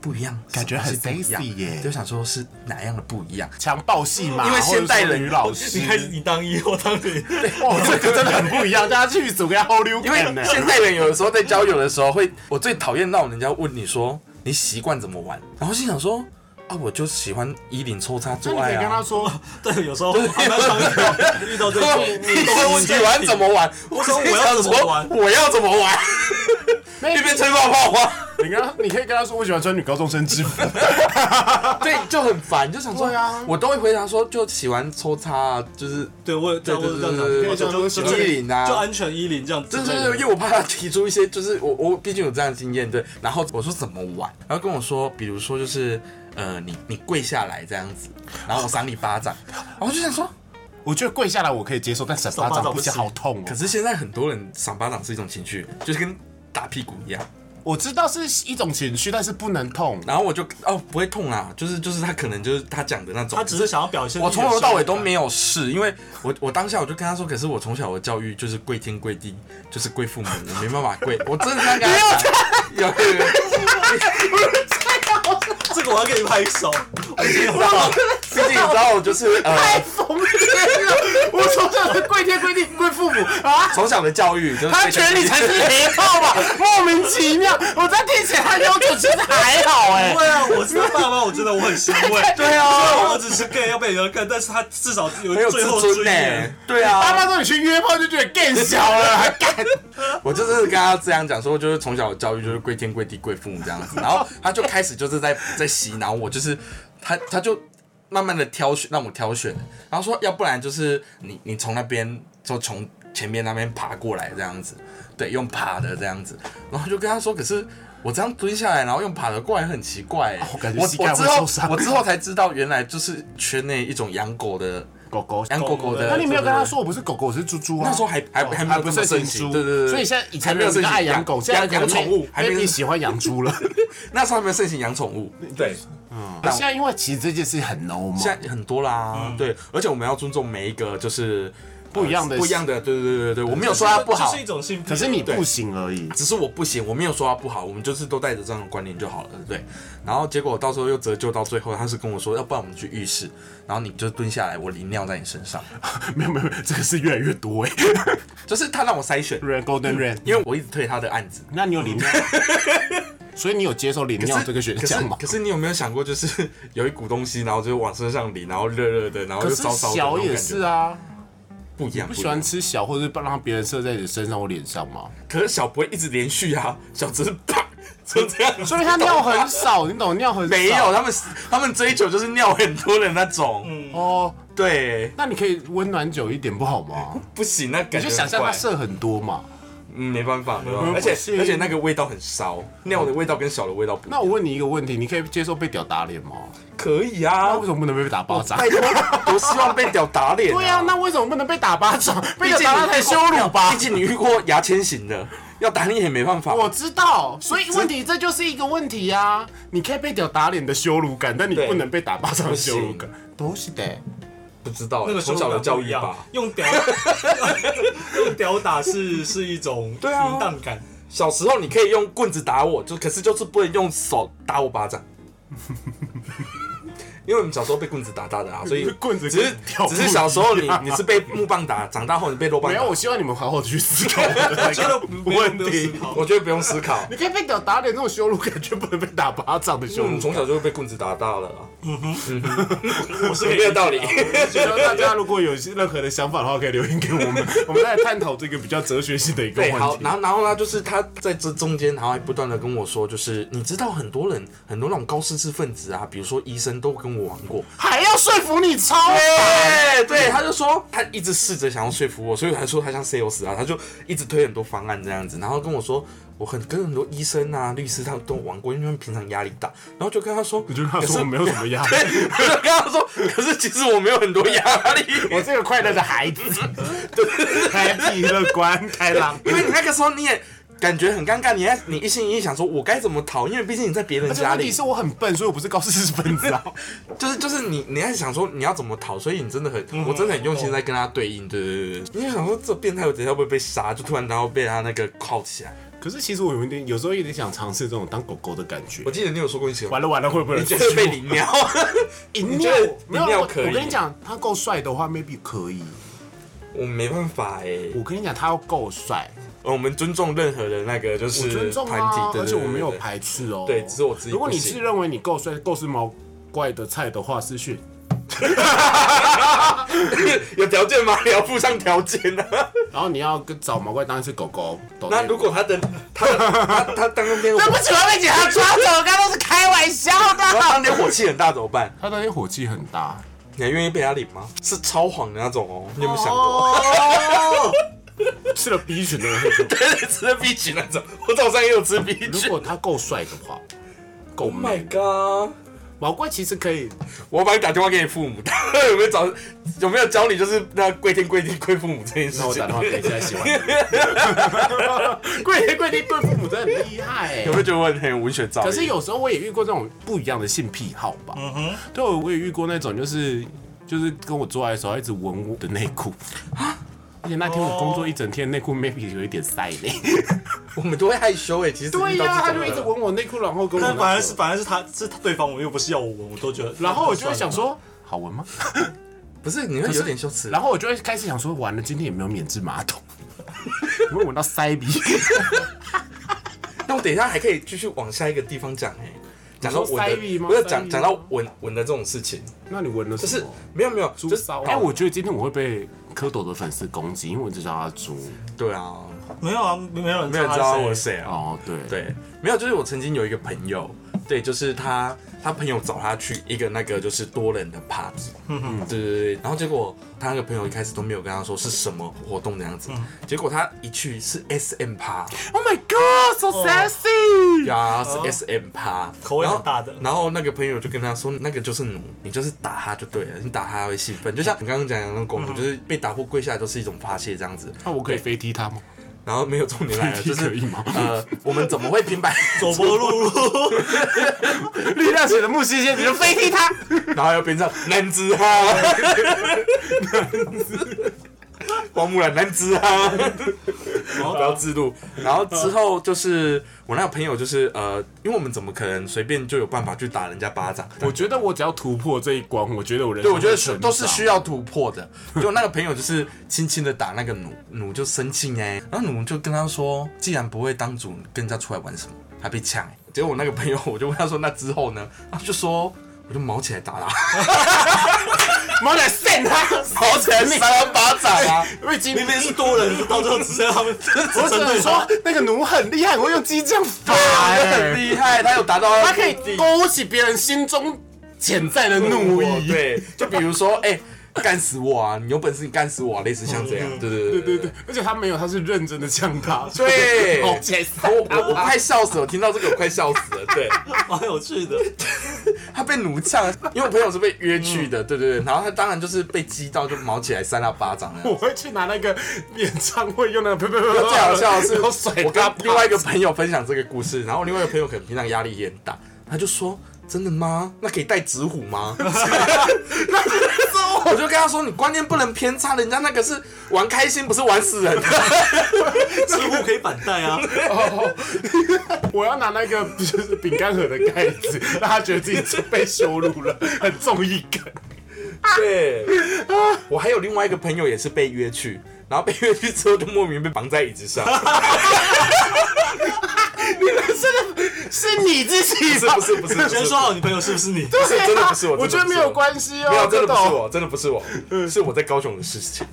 [SPEAKER 1] 不一样，
[SPEAKER 2] 感觉
[SPEAKER 1] 什么是
[SPEAKER 2] 很
[SPEAKER 1] 不一样
[SPEAKER 2] sexy 耶
[SPEAKER 1] 就想说是哪样的不一样？
[SPEAKER 2] 强暴戏嘛，
[SPEAKER 1] 因为
[SPEAKER 2] 或者
[SPEAKER 1] 现代
[SPEAKER 2] 说
[SPEAKER 1] 人
[SPEAKER 2] 女老师，
[SPEAKER 3] 你开始你当一，我当零，
[SPEAKER 2] 哦，这个真的很不一样，大家去组给他 hold 溜
[SPEAKER 1] 因为
[SPEAKER 2] 呢。
[SPEAKER 1] 现代人有的时候在交友的时候会，我最讨厌那种人家问你说你习惯怎么玩，然后心想说啊，我就喜欢衣领抽插
[SPEAKER 2] 那你
[SPEAKER 1] 做
[SPEAKER 2] 可
[SPEAKER 1] 爱
[SPEAKER 2] 以跟他
[SPEAKER 1] 啊。
[SPEAKER 2] 说，
[SPEAKER 3] 对，有时候还蛮常遇到遇到 这
[SPEAKER 1] 然后
[SPEAKER 3] 种，
[SPEAKER 1] 你说
[SPEAKER 3] 都会
[SPEAKER 1] 我
[SPEAKER 3] 问
[SPEAKER 1] 喜欢怎么 玩？
[SPEAKER 3] 我说我要怎么
[SPEAKER 1] 我想
[SPEAKER 3] 玩
[SPEAKER 1] 说我要怎么玩？ 一边吹泡啊泡吗？
[SPEAKER 2] 你跟他，你可以跟他说，我喜欢穿女高中生制 服。
[SPEAKER 1] 对，就很烦，就想说
[SPEAKER 2] 对啊
[SPEAKER 1] 我都会回答说就喜欢抽插啊，就是
[SPEAKER 3] 对我有这样，我
[SPEAKER 1] 对
[SPEAKER 3] 有这样
[SPEAKER 1] 对对对
[SPEAKER 3] 讲，就就
[SPEAKER 1] 喜
[SPEAKER 3] 就
[SPEAKER 1] 欢
[SPEAKER 3] 就
[SPEAKER 1] 一零啊
[SPEAKER 3] 就安全衣领这样
[SPEAKER 1] 对
[SPEAKER 3] 子，
[SPEAKER 1] 对对，因为我怕他提出一些，就是我我毕竟有这样的经验，对。然后我说怎么玩，然后跟我说，比如说就是呃，你你跪下来这样子，然后我赏你巴 掌，然后我就想说，
[SPEAKER 2] 我觉得跪下来我可以接受，但闪巴掌不行，好痛
[SPEAKER 1] 可
[SPEAKER 2] 哦。
[SPEAKER 1] 是现在很多人赏巴掌是一种情绪，就是跟打屁股一样。
[SPEAKER 2] 我知道是一种情绪，但是不能 痛。
[SPEAKER 1] 然后我就哦不会痛啊，就是就是他可能就是他讲的那种，
[SPEAKER 3] 他只是想要表现。
[SPEAKER 1] 我从头到尾都没有试， 因为我我当下我就跟他说，可是我从小的教育就是跪天跪地，就是跪父母，我没办法跪，我真的这样 跟他讲，有有有，
[SPEAKER 3] 这个，我要给你拍手。 我已经
[SPEAKER 2] 啊
[SPEAKER 3] 有到
[SPEAKER 1] 毕竟你知道我就是呃，
[SPEAKER 2] 哎疯了！我从小是跪天跪地跪父母啊，
[SPEAKER 1] 从小的教育就是
[SPEAKER 2] 他觉得你才是雷炮 吧？莫名其妙，我在听起来他要求其实还好哎、
[SPEAKER 3] 不会啊，我是他爸妈，我觉得我很欣慰。
[SPEAKER 1] 对啊
[SPEAKER 3] 虽然我儿子是 gay 要被人干，但是他至少
[SPEAKER 1] 很
[SPEAKER 3] 有
[SPEAKER 1] 有
[SPEAKER 3] 最
[SPEAKER 1] 自
[SPEAKER 3] 后
[SPEAKER 1] 尊
[SPEAKER 3] 尊
[SPEAKER 1] 呢、
[SPEAKER 3] 严。
[SPEAKER 1] 对
[SPEAKER 2] 他
[SPEAKER 1] 啊，
[SPEAKER 2] 妈说你去约炮就觉得更小了，还干
[SPEAKER 1] 我就是跟他这样讲说，就是从小的教育就是跪天跪地跪父母这样子，然后他就开始就是在在洗脑我，就是他他就慢慢的挑选让我挑选，然后说要不然就是你你从那边就从前面那边爬过来这样子，对，用爬的这样子，然后就跟他说，可是。我这样蹲下来，然后用爬的过来很奇怪、欸，
[SPEAKER 2] 我感觉
[SPEAKER 1] 我
[SPEAKER 2] 膝
[SPEAKER 1] 我
[SPEAKER 2] 盖
[SPEAKER 1] 之
[SPEAKER 2] 会
[SPEAKER 1] 后
[SPEAKER 2] 受伤
[SPEAKER 1] 我之后才知道，原来就是圈内一种养狗的
[SPEAKER 2] 狗狗。
[SPEAKER 1] 养狗狗的。
[SPEAKER 2] 哦那你没有跟他
[SPEAKER 1] 对对对
[SPEAKER 2] 说我不是狗狗，我是猪猪啊？
[SPEAKER 1] 那时候还还还没有
[SPEAKER 2] 不
[SPEAKER 1] 这么
[SPEAKER 2] 是
[SPEAKER 1] 盛行，对对对，对
[SPEAKER 2] 所以现在以前
[SPEAKER 1] 还没有盛
[SPEAKER 2] 人
[SPEAKER 1] 行
[SPEAKER 2] 爱养狗，现在
[SPEAKER 1] 养
[SPEAKER 2] 可
[SPEAKER 1] 养
[SPEAKER 2] 能
[SPEAKER 1] 宠物，还没
[SPEAKER 2] maybe
[SPEAKER 1] 有
[SPEAKER 2] 喜欢养猪了。
[SPEAKER 1] 那时候还没有盛行养宠物，对，但
[SPEAKER 2] 现在因为其实这件事很 normal，
[SPEAKER 1] 现在很多啦，
[SPEAKER 3] 嗯
[SPEAKER 1] 对，而且我们要尊重每一个就是
[SPEAKER 2] 不一样的
[SPEAKER 1] 呃不一样的，对对对对对，我没有说他不好
[SPEAKER 3] 这是，一种性癖。
[SPEAKER 2] 可是你不行而已。
[SPEAKER 1] 只是我不行，我没有说他不好，我们就是都带着这样的观念就好了，对。然后结果到时候又折旧到最后，他是跟我说，要不然我们去浴室，然后你就蹲下来，我淋尿在你身上，
[SPEAKER 2] 没有没有，没有这个是越来越多哎。
[SPEAKER 1] 就是他让我筛选，
[SPEAKER 2] Red Golden Red，
[SPEAKER 1] 因为我一直推他的案子，
[SPEAKER 2] 那你有 淋尿？所以你有接受淋尿这个选项吗
[SPEAKER 1] 可是？可是你有没有想过，就是 有一股东西，然后就往身上淋，然后热热的，然后
[SPEAKER 2] 可
[SPEAKER 1] 就是烧烧的，那
[SPEAKER 2] 小
[SPEAKER 1] 种
[SPEAKER 2] 也
[SPEAKER 1] 感
[SPEAKER 2] 是
[SPEAKER 1] 觉
[SPEAKER 2] 啊，
[SPEAKER 1] 不一样。
[SPEAKER 2] 不
[SPEAKER 1] 一样
[SPEAKER 2] 喜欢，吃小，或者是不让别人射在你身上或脸上吗？
[SPEAKER 1] 可是小不会一直连续啊，小只是啪就这样。
[SPEAKER 2] 所以他尿很少，你懂尿很少
[SPEAKER 1] 没有，他们他们追求就是尿很多的那种，
[SPEAKER 2] 哦。
[SPEAKER 1] 对，
[SPEAKER 2] 那你可以温暖久一点不好吗？
[SPEAKER 1] 不行，那感
[SPEAKER 2] 你
[SPEAKER 1] 觉
[SPEAKER 2] 就想象
[SPEAKER 1] 很
[SPEAKER 2] 他
[SPEAKER 1] 怪
[SPEAKER 2] 射很多嘛，
[SPEAKER 1] 嗯没办法，没办法，
[SPEAKER 2] 嗯
[SPEAKER 1] 而且
[SPEAKER 2] 不行
[SPEAKER 1] 而且那个味道很骚，尿的味道跟小的味道不一样。
[SPEAKER 2] 那我问你一个问题，你可以接受被屌打脸吗？
[SPEAKER 1] 可以
[SPEAKER 2] 那
[SPEAKER 1] 啊
[SPEAKER 2] 为，什么不能被打巴掌？
[SPEAKER 1] 拜托，多希望被屌打脸、
[SPEAKER 2] 对 啊，那为什么不能被打巴掌？
[SPEAKER 1] 毕
[SPEAKER 2] 被屌
[SPEAKER 1] 竟
[SPEAKER 2] 打
[SPEAKER 1] 你
[SPEAKER 2] 那才羞辱吧
[SPEAKER 1] 毕？竟你遇过牙签型的，要打你也没办法。
[SPEAKER 2] 我知道，所以问题这就是一个问题呀、啊。 你可以被屌打脸的羞辱感，但你
[SPEAKER 1] 对
[SPEAKER 2] 不能被打巴掌的
[SPEAKER 1] 不行
[SPEAKER 2] 羞辱感。都是的，
[SPEAKER 1] 不知道、
[SPEAKER 3] 那个
[SPEAKER 1] 从
[SPEAKER 3] 手
[SPEAKER 1] 小的
[SPEAKER 3] 感
[SPEAKER 1] 教
[SPEAKER 3] 不一
[SPEAKER 1] 育
[SPEAKER 3] 样
[SPEAKER 1] 吧。
[SPEAKER 3] 用屌 用屌打是是一种
[SPEAKER 1] 对啊
[SPEAKER 3] 淫荡感，
[SPEAKER 1] 小时候你可以用棍子打我，就可是就是不能用手打我巴 掌。因为我们小时候被棍子打大的啊，所以
[SPEAKER 2] 棍子跟
[SPEAKER 1] 只是
[SPEAKER 2] 跳不
[SPEAKER 1] 只是小时候你你是被木棒打，长大后你被肉棒
[SPEAKER 2] 没
[SPEAKER 1] 打
[SPEAKER 2] 有，。我希望你们好好地去 思考我的那个问
[SPEAKER 3] 没有
[SPEAKER 2] 题
[SPEAKER 3] 思。考
[SPEAKER 1] 我觉得不用思考，
[SPEAKER 2] 你可以被屌打脸，那种羞辱感却不能被打巴掌的
[SPEAKER 1] 因为
[SPEAKER 2] 羞
[SPEAKER 1] 我
[SPEAKER 2] 辱
[SPEAKER 1] 们
[SPEAKER 2] 感
[SPEAKER 1] 从。小就被棍子打大了啊。
[SPEAKER 2] 嗯
[SPEAKER 3] 我是
[SPEAKER 1] 有没有道理？
[SPEAKER 2] 希望大家如果有任何的想法的话，可以留言给我们，我们再来探讨这个比较哲学性的一个
[SPEAKER 1] 对，
[SPEAKER 2] 问
[SPEAKER 1] 好，
[SPEAKER 2] 题
[SPEAKER 1] 然。后然后呢，就是他在这中间，然后还不断的跟我说，就是你知道很多人很多那种高知识分子啊，比如说医生都跟我玩过，
[SPEAKER 2] 还要说服你超烦。
[SPEAKER 1] 对对，他就说他一直试着想要说服我，所以我还说他像 sales 啊，他就一直推很多方案这样子，然后跟我说我很跟很多医生啊、律师他们都玩过，因为他们平常压力大，然后就跟他说，
[SPEAKER 2] 我就跟他说我没有什么 压力，
[SPEAKER 1] 对，我就跟他说，可是其实我没有很多压力，
[SPEAKER 2] 我是个快乐的孩子， 开辟乐观开朗。
[SPEAKER 1] 因为你那个时候你也感觉很尴尬，你还你一心一意想说我该怎么逃，因为毕竟你在别人
[SPEAKER 2] 而且
[SPEAKER 1] 家
[SPEAKER 2] 问
[SPEAKER 1] 里
[SPEAKER 2] 题，是我很笨，所以我不是高知识分子啊。
[SPEAKER 1] 就是就是你你在想说你要怎么逃，所以你真的很，
[SPEAKER 2] 嗯
[SPEAKER 1] 我真的很用心在跟他对应，对对对对，你就想说这变态我等一下会不会被杀，就突然然后被他那个铐起来。
[SPEAKER 2] 可是其实我有一点，有时候有点想尝试这种当狗狗的感觉
[SPEAKER 1] 我。记得你有说过你喜欢，
[SPEAKER 2] 完了完了，会不会
[SPEAKER 1] 你觉得被领尿？
[SPEAKER 2] 赢
[SPEAKER 1] 你觉
[SPEAKER 2] 尿
[SPEAKER 1] 得？
[SPEAKER 2] 没
[SPEAKER 1] 赢
[SPEAKER 2] 有，
[SPEAKER 1] 尿
[SPEAKER 2] 我
[SPEAKER 1] 可以
[SPEAKER 2] 我跟你讲，他够帅的话，maybe 可以。
[SPEAKER 1] 我没办法哎、呃
[SPEAKER 2] 我跟你讲，他要够帅，
[SPEAKER 1] 我们尊重任何的那个就
[SPEAKER 2] 我
[SPEAKER 1] 是
[SPEAKER 2] 尊重
[SPEAKER 1] 团体
[SPEAKER 2] 啊，，
[SPEAKER 1] 对
[SPEAKER 2] 而且我没有。
[SPEAKER 1] 对对对
[SPEAKER 2] 排斥哦。
[SPEAKER 1] 对只是我自己
[SPEAKER 2] 如果你
[SPEAKER 1] 不行
[SPEAKER 2] 是认为你够帅、够是毛怪的菜的话，私讯。
[SPEAKER 1] 有条件吗？你要附上条件呢、啊。
[SPEAKER 2] 然后你要跟找毛怪当一只狗狗。懂
[SPEAKER 1] 那
[SPEAKER 2] 吗
[SPEAKER 1] 如果他的他的他他当天
[SPEAKER 2] 对不啊起，我被警察抓走，我刚刚都是开玩笑
[SPEAKER 1] 他
[SPEAKER 2] 的。
[SPEAKER 1] 当天火气很大怎么办？
[SPEAKER 2] 他那天火气很大，
[SPEAKER 1] 你还愿意被他领吗？是超黄的那种哦，你有没有想过？
[SPEAKER 2] 哦，吃了 B 群的那 种。
[SPEAKER 1] 对对，吃了 B 群那种，我早上也有吃 B
[SPEAKER 2] 如
[SPEAKER 1] 群。
[SPEAKER 2] 果他够帅的话，够
[SPEAKER 1] Oh my
[SPEAKER 2] 美，
[SPEAKER 1] god！
[SPEAKER 2] 毛怪其实可以。
[SPEAKER 1] 我把你打电话给你父母，他有没有找有没有教你就是那跪天跪地跪父母这件事
[SPEAKER 2] 那我
[SPEAKER 1] 情
[SPEAKER 2] 打电？话给现在喜欢你。跪天跪地对父母真的很厉害欸
[SPEAKER 1] 有没有觉得我很很文学造诣？
[SPEAKER 2] 可是有时候我也遇过这种不一样的性癖好吧。嗯哼，对，我也遇过那种就是就是跟我做爱的时候一直闻我的内裤。而且那天我工作一整天，内裤 maybe 有一点塞嘞。
[SPEAKER 1] 我们都会害羞哎，其实
[SPEAKER 2] 对
[SPEAKER 1] 遇到
[SPEAKER 2] 呀、他
[SPEAKER 1] 这
[SPEAKER 2] 就
[SPEAKER 1] 种
[SPEAKER 2] 一
[SPEAKER 1] 人
[SPEAKER 2] 直闻我内裤，然后跟我
[SPEAKER 3] 但
[SPEAKER 2] 那
[SPEAKER 3] 反而
[SPEAKER 2] 个
[SPEAKER 3] 是反而是他是他对方，我又不是要我闻，我都觉得。
[SPEAKER 2] 然后我就会想，说，好闻吗？
[SPEAKER 1] 不是你会有点羞耻，
[SPEAKER 2] 然后我就会开始想说，完了，今天也没有免治马 桶，有没有闻到塞鼻？
[SPEAKER 1] 那我等一下还可以继续往下一个地方讲哎，讲到
[SPEAKER 2] 你说
[SPEAKER 1] 吻
[SPEAKER 2] 塞欲
[SPEAKER 1] 的，
[SPEAKER 2] 吗
[SPEAKER 1] 不是
[SPEAKER 2] 塞
[SPEAKER 1] 讲
[SPEAKER 2] 欲
[SPEAKER 1] 讲到吻吻的这种事情，
[SPEAKER 2] 那你闻了
[SPEAKER 1] 就
[SPEAKER 2] 什
[SPEAKER 1] 是
[SPEAKER 2] 么？
[SPEAKER 1] 没有没有，
[SPEAKER 2] 猪
[SPEAKER 1] 就是
[SPEAKER 2] 骚扰？哎、我觉得今天我会被蝌蚪的粉丝攻击，因为我只知道他猪。
[SPEAKER 1] 对啊，
[SPEAKER 3] 没有啊，没没有人
[SPEAKER 1] 没有人知道我
[SPEAKER 3] 我
[SPEAKER 1] 是。谁啊，
[SPEAKER 2] 哦，对，
[SPEAKER 1] 对，没有，就是我曾经有一个朋友，对，就是他他朋友找他去一个那个就是多人的 party，对
[SPEAKER 3] 嗯
[SPEAKER 1] 对对，然后结果他那个朋友一开始都没有跟他说是什么活动这样
[SPEAKER 3] 嗯
[SPEAKER 1] 子，结果他一去是 SM 趴。
[SPEAKER 2] Oh my god，so sexy！、
[SPEAKER 1] 呀，是 S M 趴，
[SPEAKER 3] 哦口味很大的
[SPEAKER 1] 然后然后那个朋友就跟他说，那个就是弩，你就是打他就对了，你打他会兴奋，就像你刚刚讲的那种狗
[SPEAKER 3] 嗯
[SPEAKER 1] 奴，就是被打或跪下来都是一种发泄这样子。
[SPEAKER 2] 那我可以飞踢他吗？
[SPEAKER 1] 然后没有重点来 了，就
[SPEAKER 2] 可
[SPEAKER 1] 是
[SPEAKER 2] 以吗
[SPEAKER 1] 呃，我们怎么会平白？
[SPEAKER 3] 走波露露，
[SPEAKER 2] 力量水的木西先，你就飞踢 他。
[SPEAKER 1] 然后又变成男子哈，男子，花木兰男子哈，然
[SPEAKER 2] 哦
[SPEAKER 1] 后不要自录。然后之后就是我那个朋友，就是呃，因为我们怎么可能随便就有办法去打人家巴掌？
[SPEAKER 2] 我觉得我只要突破这一关，我觉得我人
[SPEAKER 1] 对，我觉得
[SPEAKER 2] 生
[SPEAKER 1] 是
[SPEAKER 2] 会成
[SPEAKER 1] 都是
[SPEAKER 2] 长
[SPEAKER 1] 需要突破 的。就那个朋友就是轻轻的打那个弩，弩就生气哎、然后弩就跟他说，既然不会当主，跟人家出来玩什么？还被呛哎、结果我那个朋友我就问他说，那之后呢？他就说。我就毛起来打他，
[SPEAKER 2] 妈的扇他，
[SPEAKER 1] 毛起来扇他巴掌啊！
[SPEAKER 2] 我已经
[SPEAKER 3] 明明是多人，到最后只剩他们。
[SPEAKER 2] 哎我
[SPEAKER 3] 我
[SPEAKER 2] 只能说那个弩很厉害，我用激将法、
[SPEAKER 1] 很
[SPEAKER 2] 欸，
[SPEAKER 1] 厉害，他有达到
[SPEAKER 2] 他可以
[SPEAKER 1] 的目的
[SPEAKER 2] 勾起别人心中潜在的怒意。
[SPEAKER 1] 对，就比如说，哎、干死我啊！你有本事你干死我、啊，类似像这样，对对
[SPEAKER 2] 嗯
[SPEAKER 1] 对
[SPEAKER 2] 对对对，而且他没有，他是认真的呛 他，所以
[SPEAKER 1] 对，
[SPEAKER 2] 好解散
[SPEAKER 1] 我我我快笑死了，我听到这个我快笑死了。对
[SPEAKER 3] 蛮有趣 的。
[SPEAKER 1] 他被奴呛，因为我朋友是被约去的，对对对，然后他当然就是被激到就毛起来扇他巴掌那样
[SPEAKER 2] 我会去拿那个演唱会用那个啪啪啪啪，
[SPEAKER 1] 最好笑的 是
[SPEAKER 2] 然后甩，
[SPEAKER 1] 我跟
[SPEAKER 2] 他
[SPEAKER 1] 另外一个朋友分享这个故事，然后另外一个朋友可能平常压力也很大，他就说：“真的吗？那可以带纸虎吗？” 我就跟他说：“你观念不能偏差，人家那个是玩开心，不是玩死人。
[SPEAKER 3] 知乎可以反带啊，
[SPEAKER 2] 我要拿那个就是饼干盒的盖子， 让他觉得自己被羞辱了，很中意感。”
[SPEAKER 1] 对，我还有另外一个朋友也是被约去，然后被约去之后就莫名被绑在椅子上，
[SPEAKER 2] 是你自己
[SPEAKER 1] 不是
[SPEAKER 2] 吧
[SPEAKER 1] 不是不是，不
[SPEAKER 3] 先
[SPEAKER 1] 是
[SPEAKER 3] 说好你朋友是不是 你？
[SPEAKER 1] 不是真的不是我，
[SPEAKER 2] 我觉得没有关系
[SPEAKER 1] 系
[SPEAKER 2] 哦，
[SPEAKER 1] 没有真的不是
[SPEAKER 2] 这种。嗯
[SPEAKER 1] 我，真的不是我，是我在高雄的事情，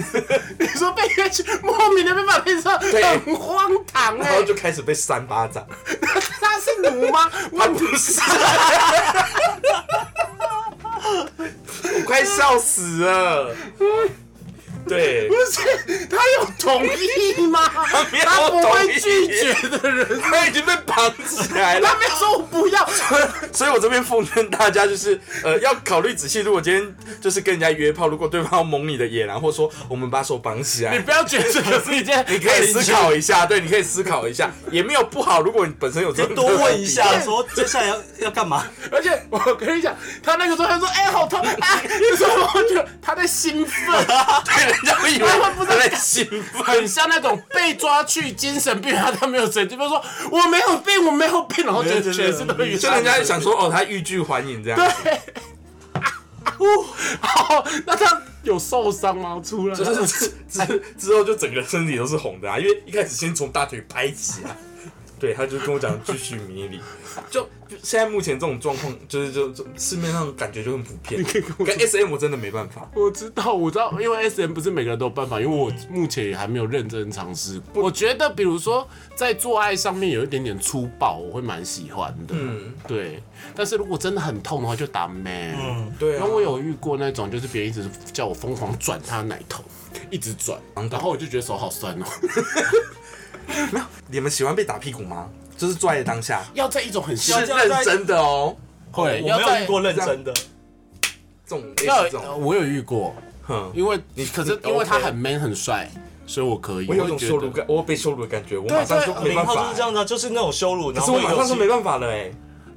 [SPEAKER 2] 你说被约去，莫名的被绑在上，
[SPEAKER 1] 对
[SPEAKER 2] 很荒唐
[SPEAKER 1] 然
[SPEAKER 2] 哎
[SPEAKER 1] 后、就开始被扇巴掌。
[SPEAKER 2] 他是奴 吗？
[SPEAKER 1] 他
[SPEAKER 2] 我
[SPEAKER 1] 不是， 我快笑死了。对
[SPEAKER 2] 不，是，他有同意吗？
[SPEAKER 1] 没有
[SPEAKER 2] 他不
[SPEAKER 1] 同
[SPEAKER 2] 会
[SPEAKER 1] 意
[SPEAKER 2] 拒绝的人，
[SPEAKER 1] 他已经被绑起来
[SPEAKER 2] 他
[SPEAKER 1] 了。
[SPEAKER 2] 没有说我不要。
[SPEAKER 1] 所以我这边奉劝大家，就是呃，要考虑仔细。如果今天就是跟人家约炮，如果对方要蒙你的野狼，或者说我们把手绑起
[SPEAKER 2] 你
[SPEAKER 1] 来，
[SPEAKER 2] 不要觉得这个是一件，
[SPEAKER 1] 你可以思考一下，对，你可以思考一下，也没有不好。如果你本身有这种
[SPEAKER 3] 多问一
[SPEAKER 1] 问
[SPEAKER 3] 下，
[SPEAKER 1] 题
[SPEAKER 3] 说接下来要要干嘛？
[SPEAKER 2] 而且 我跟你讲，他那个时候他说：“哎、好痛！”啊，你说我觉得他在兴奋，
[SPEAKER 1] 对，人家会以为
[SPEAKER 2] 他们不
[SPEAKER 1] 他
[SPEAKER 2] 知道
[SPEAKER 1] 在兴奋。
[SPEAKER 2] 很像那种被抓去精神病，然后他没有神经病，说：“我没有病，我没有病。”然后就
[SPEAKER 3] 对对对
[SPEAKER 2] 全身都 被
[SPEAKER 1] 就人家想说，哦，他欲拒还迎这样。
[SPEAKER 2] 好，那他有受伤吗？出来
[SPEAKER 1] 就是之之之后就整个身体都是红的啊，因为一开始先从大腿拍起啊。对，他就跟我讲继续迷你，就就现在目前这种状况，就是就就市面上感觉就很普遍。跟 S M 我真的没办法，
[SPEAKER 2] 我知道，我知道，因为 S M 不是每个人都有办法，因为我目前也还没有认真尝试过。我觉得，比如说在做爱上面有一点点粗暴，我会蛮喜欢的。嗯，对。但是如果真的很痛的话，就打 man。嗯，
[SPEAKER 1] 对啊
[SPEAKER 2] 然后我有遇过那种，就是别人一直叫我疯狂转他的奶头，一直转，
[SPEAKER 1] 嗯
[SPEAKER 2] 然后我就觉得手好酸哦。
[SPEAKER 1] 你们喜欢被打屁股吗？就是坐在当下，
[SPEAKER 2] 要在一种很兴
[SPEAKER 1] 是认真的哦。
[SPEAKER 2] 会，
[SPEAKER 3] 我没有
[SPEAKER 2] 在
[SPEAKER 3] 遇过认真的，
[SPEAKER 1] 这种类似
[SPEAKER 2] 要
[SPEAKER 1] 这
[SPEAKER 2] 呃
[SPEAKER 1] 种，
[SPEAKER 2] 我有遇过，
[SPEAKER 1] 哼，
[SPEAKER 2] 因为你可是因为他
[SPEAKER 1] OK
[SPEAKER 2] 很 man 很帅，所以我可以。
[SPEAKER 1] 我有一
[SPEAKER 2] 会
[SPEAKER 1] 种
[SPEAKER 2] 觉
[SPEAKER 1] 羞
[SPEAKER 2] 得
[SPEAKER 1] 辱感，我被羞辱的感觉，我马上就没
[SPEAKER 3] 零
[SPEAKER 1] 办
[SPEAKER 3] 号
[SPEAKER 1] 法
[SPEAKER 3] 就是这
[SPEAKER 1] 欸。
[SPEAKER 3] 样子啊，就是那种羞辱，然
[SPEAKER 1] 可是
[SPEAKER 3] 后
[SPEAKER 1] 我
[SPEAKER 3] 会
[SPEAKER 1] 马上
[SPEAKER 3] 有
[SPEAKER 1] 就
[SPEAKER 3] 戏
[SPEAKER 1] 没办法了哎，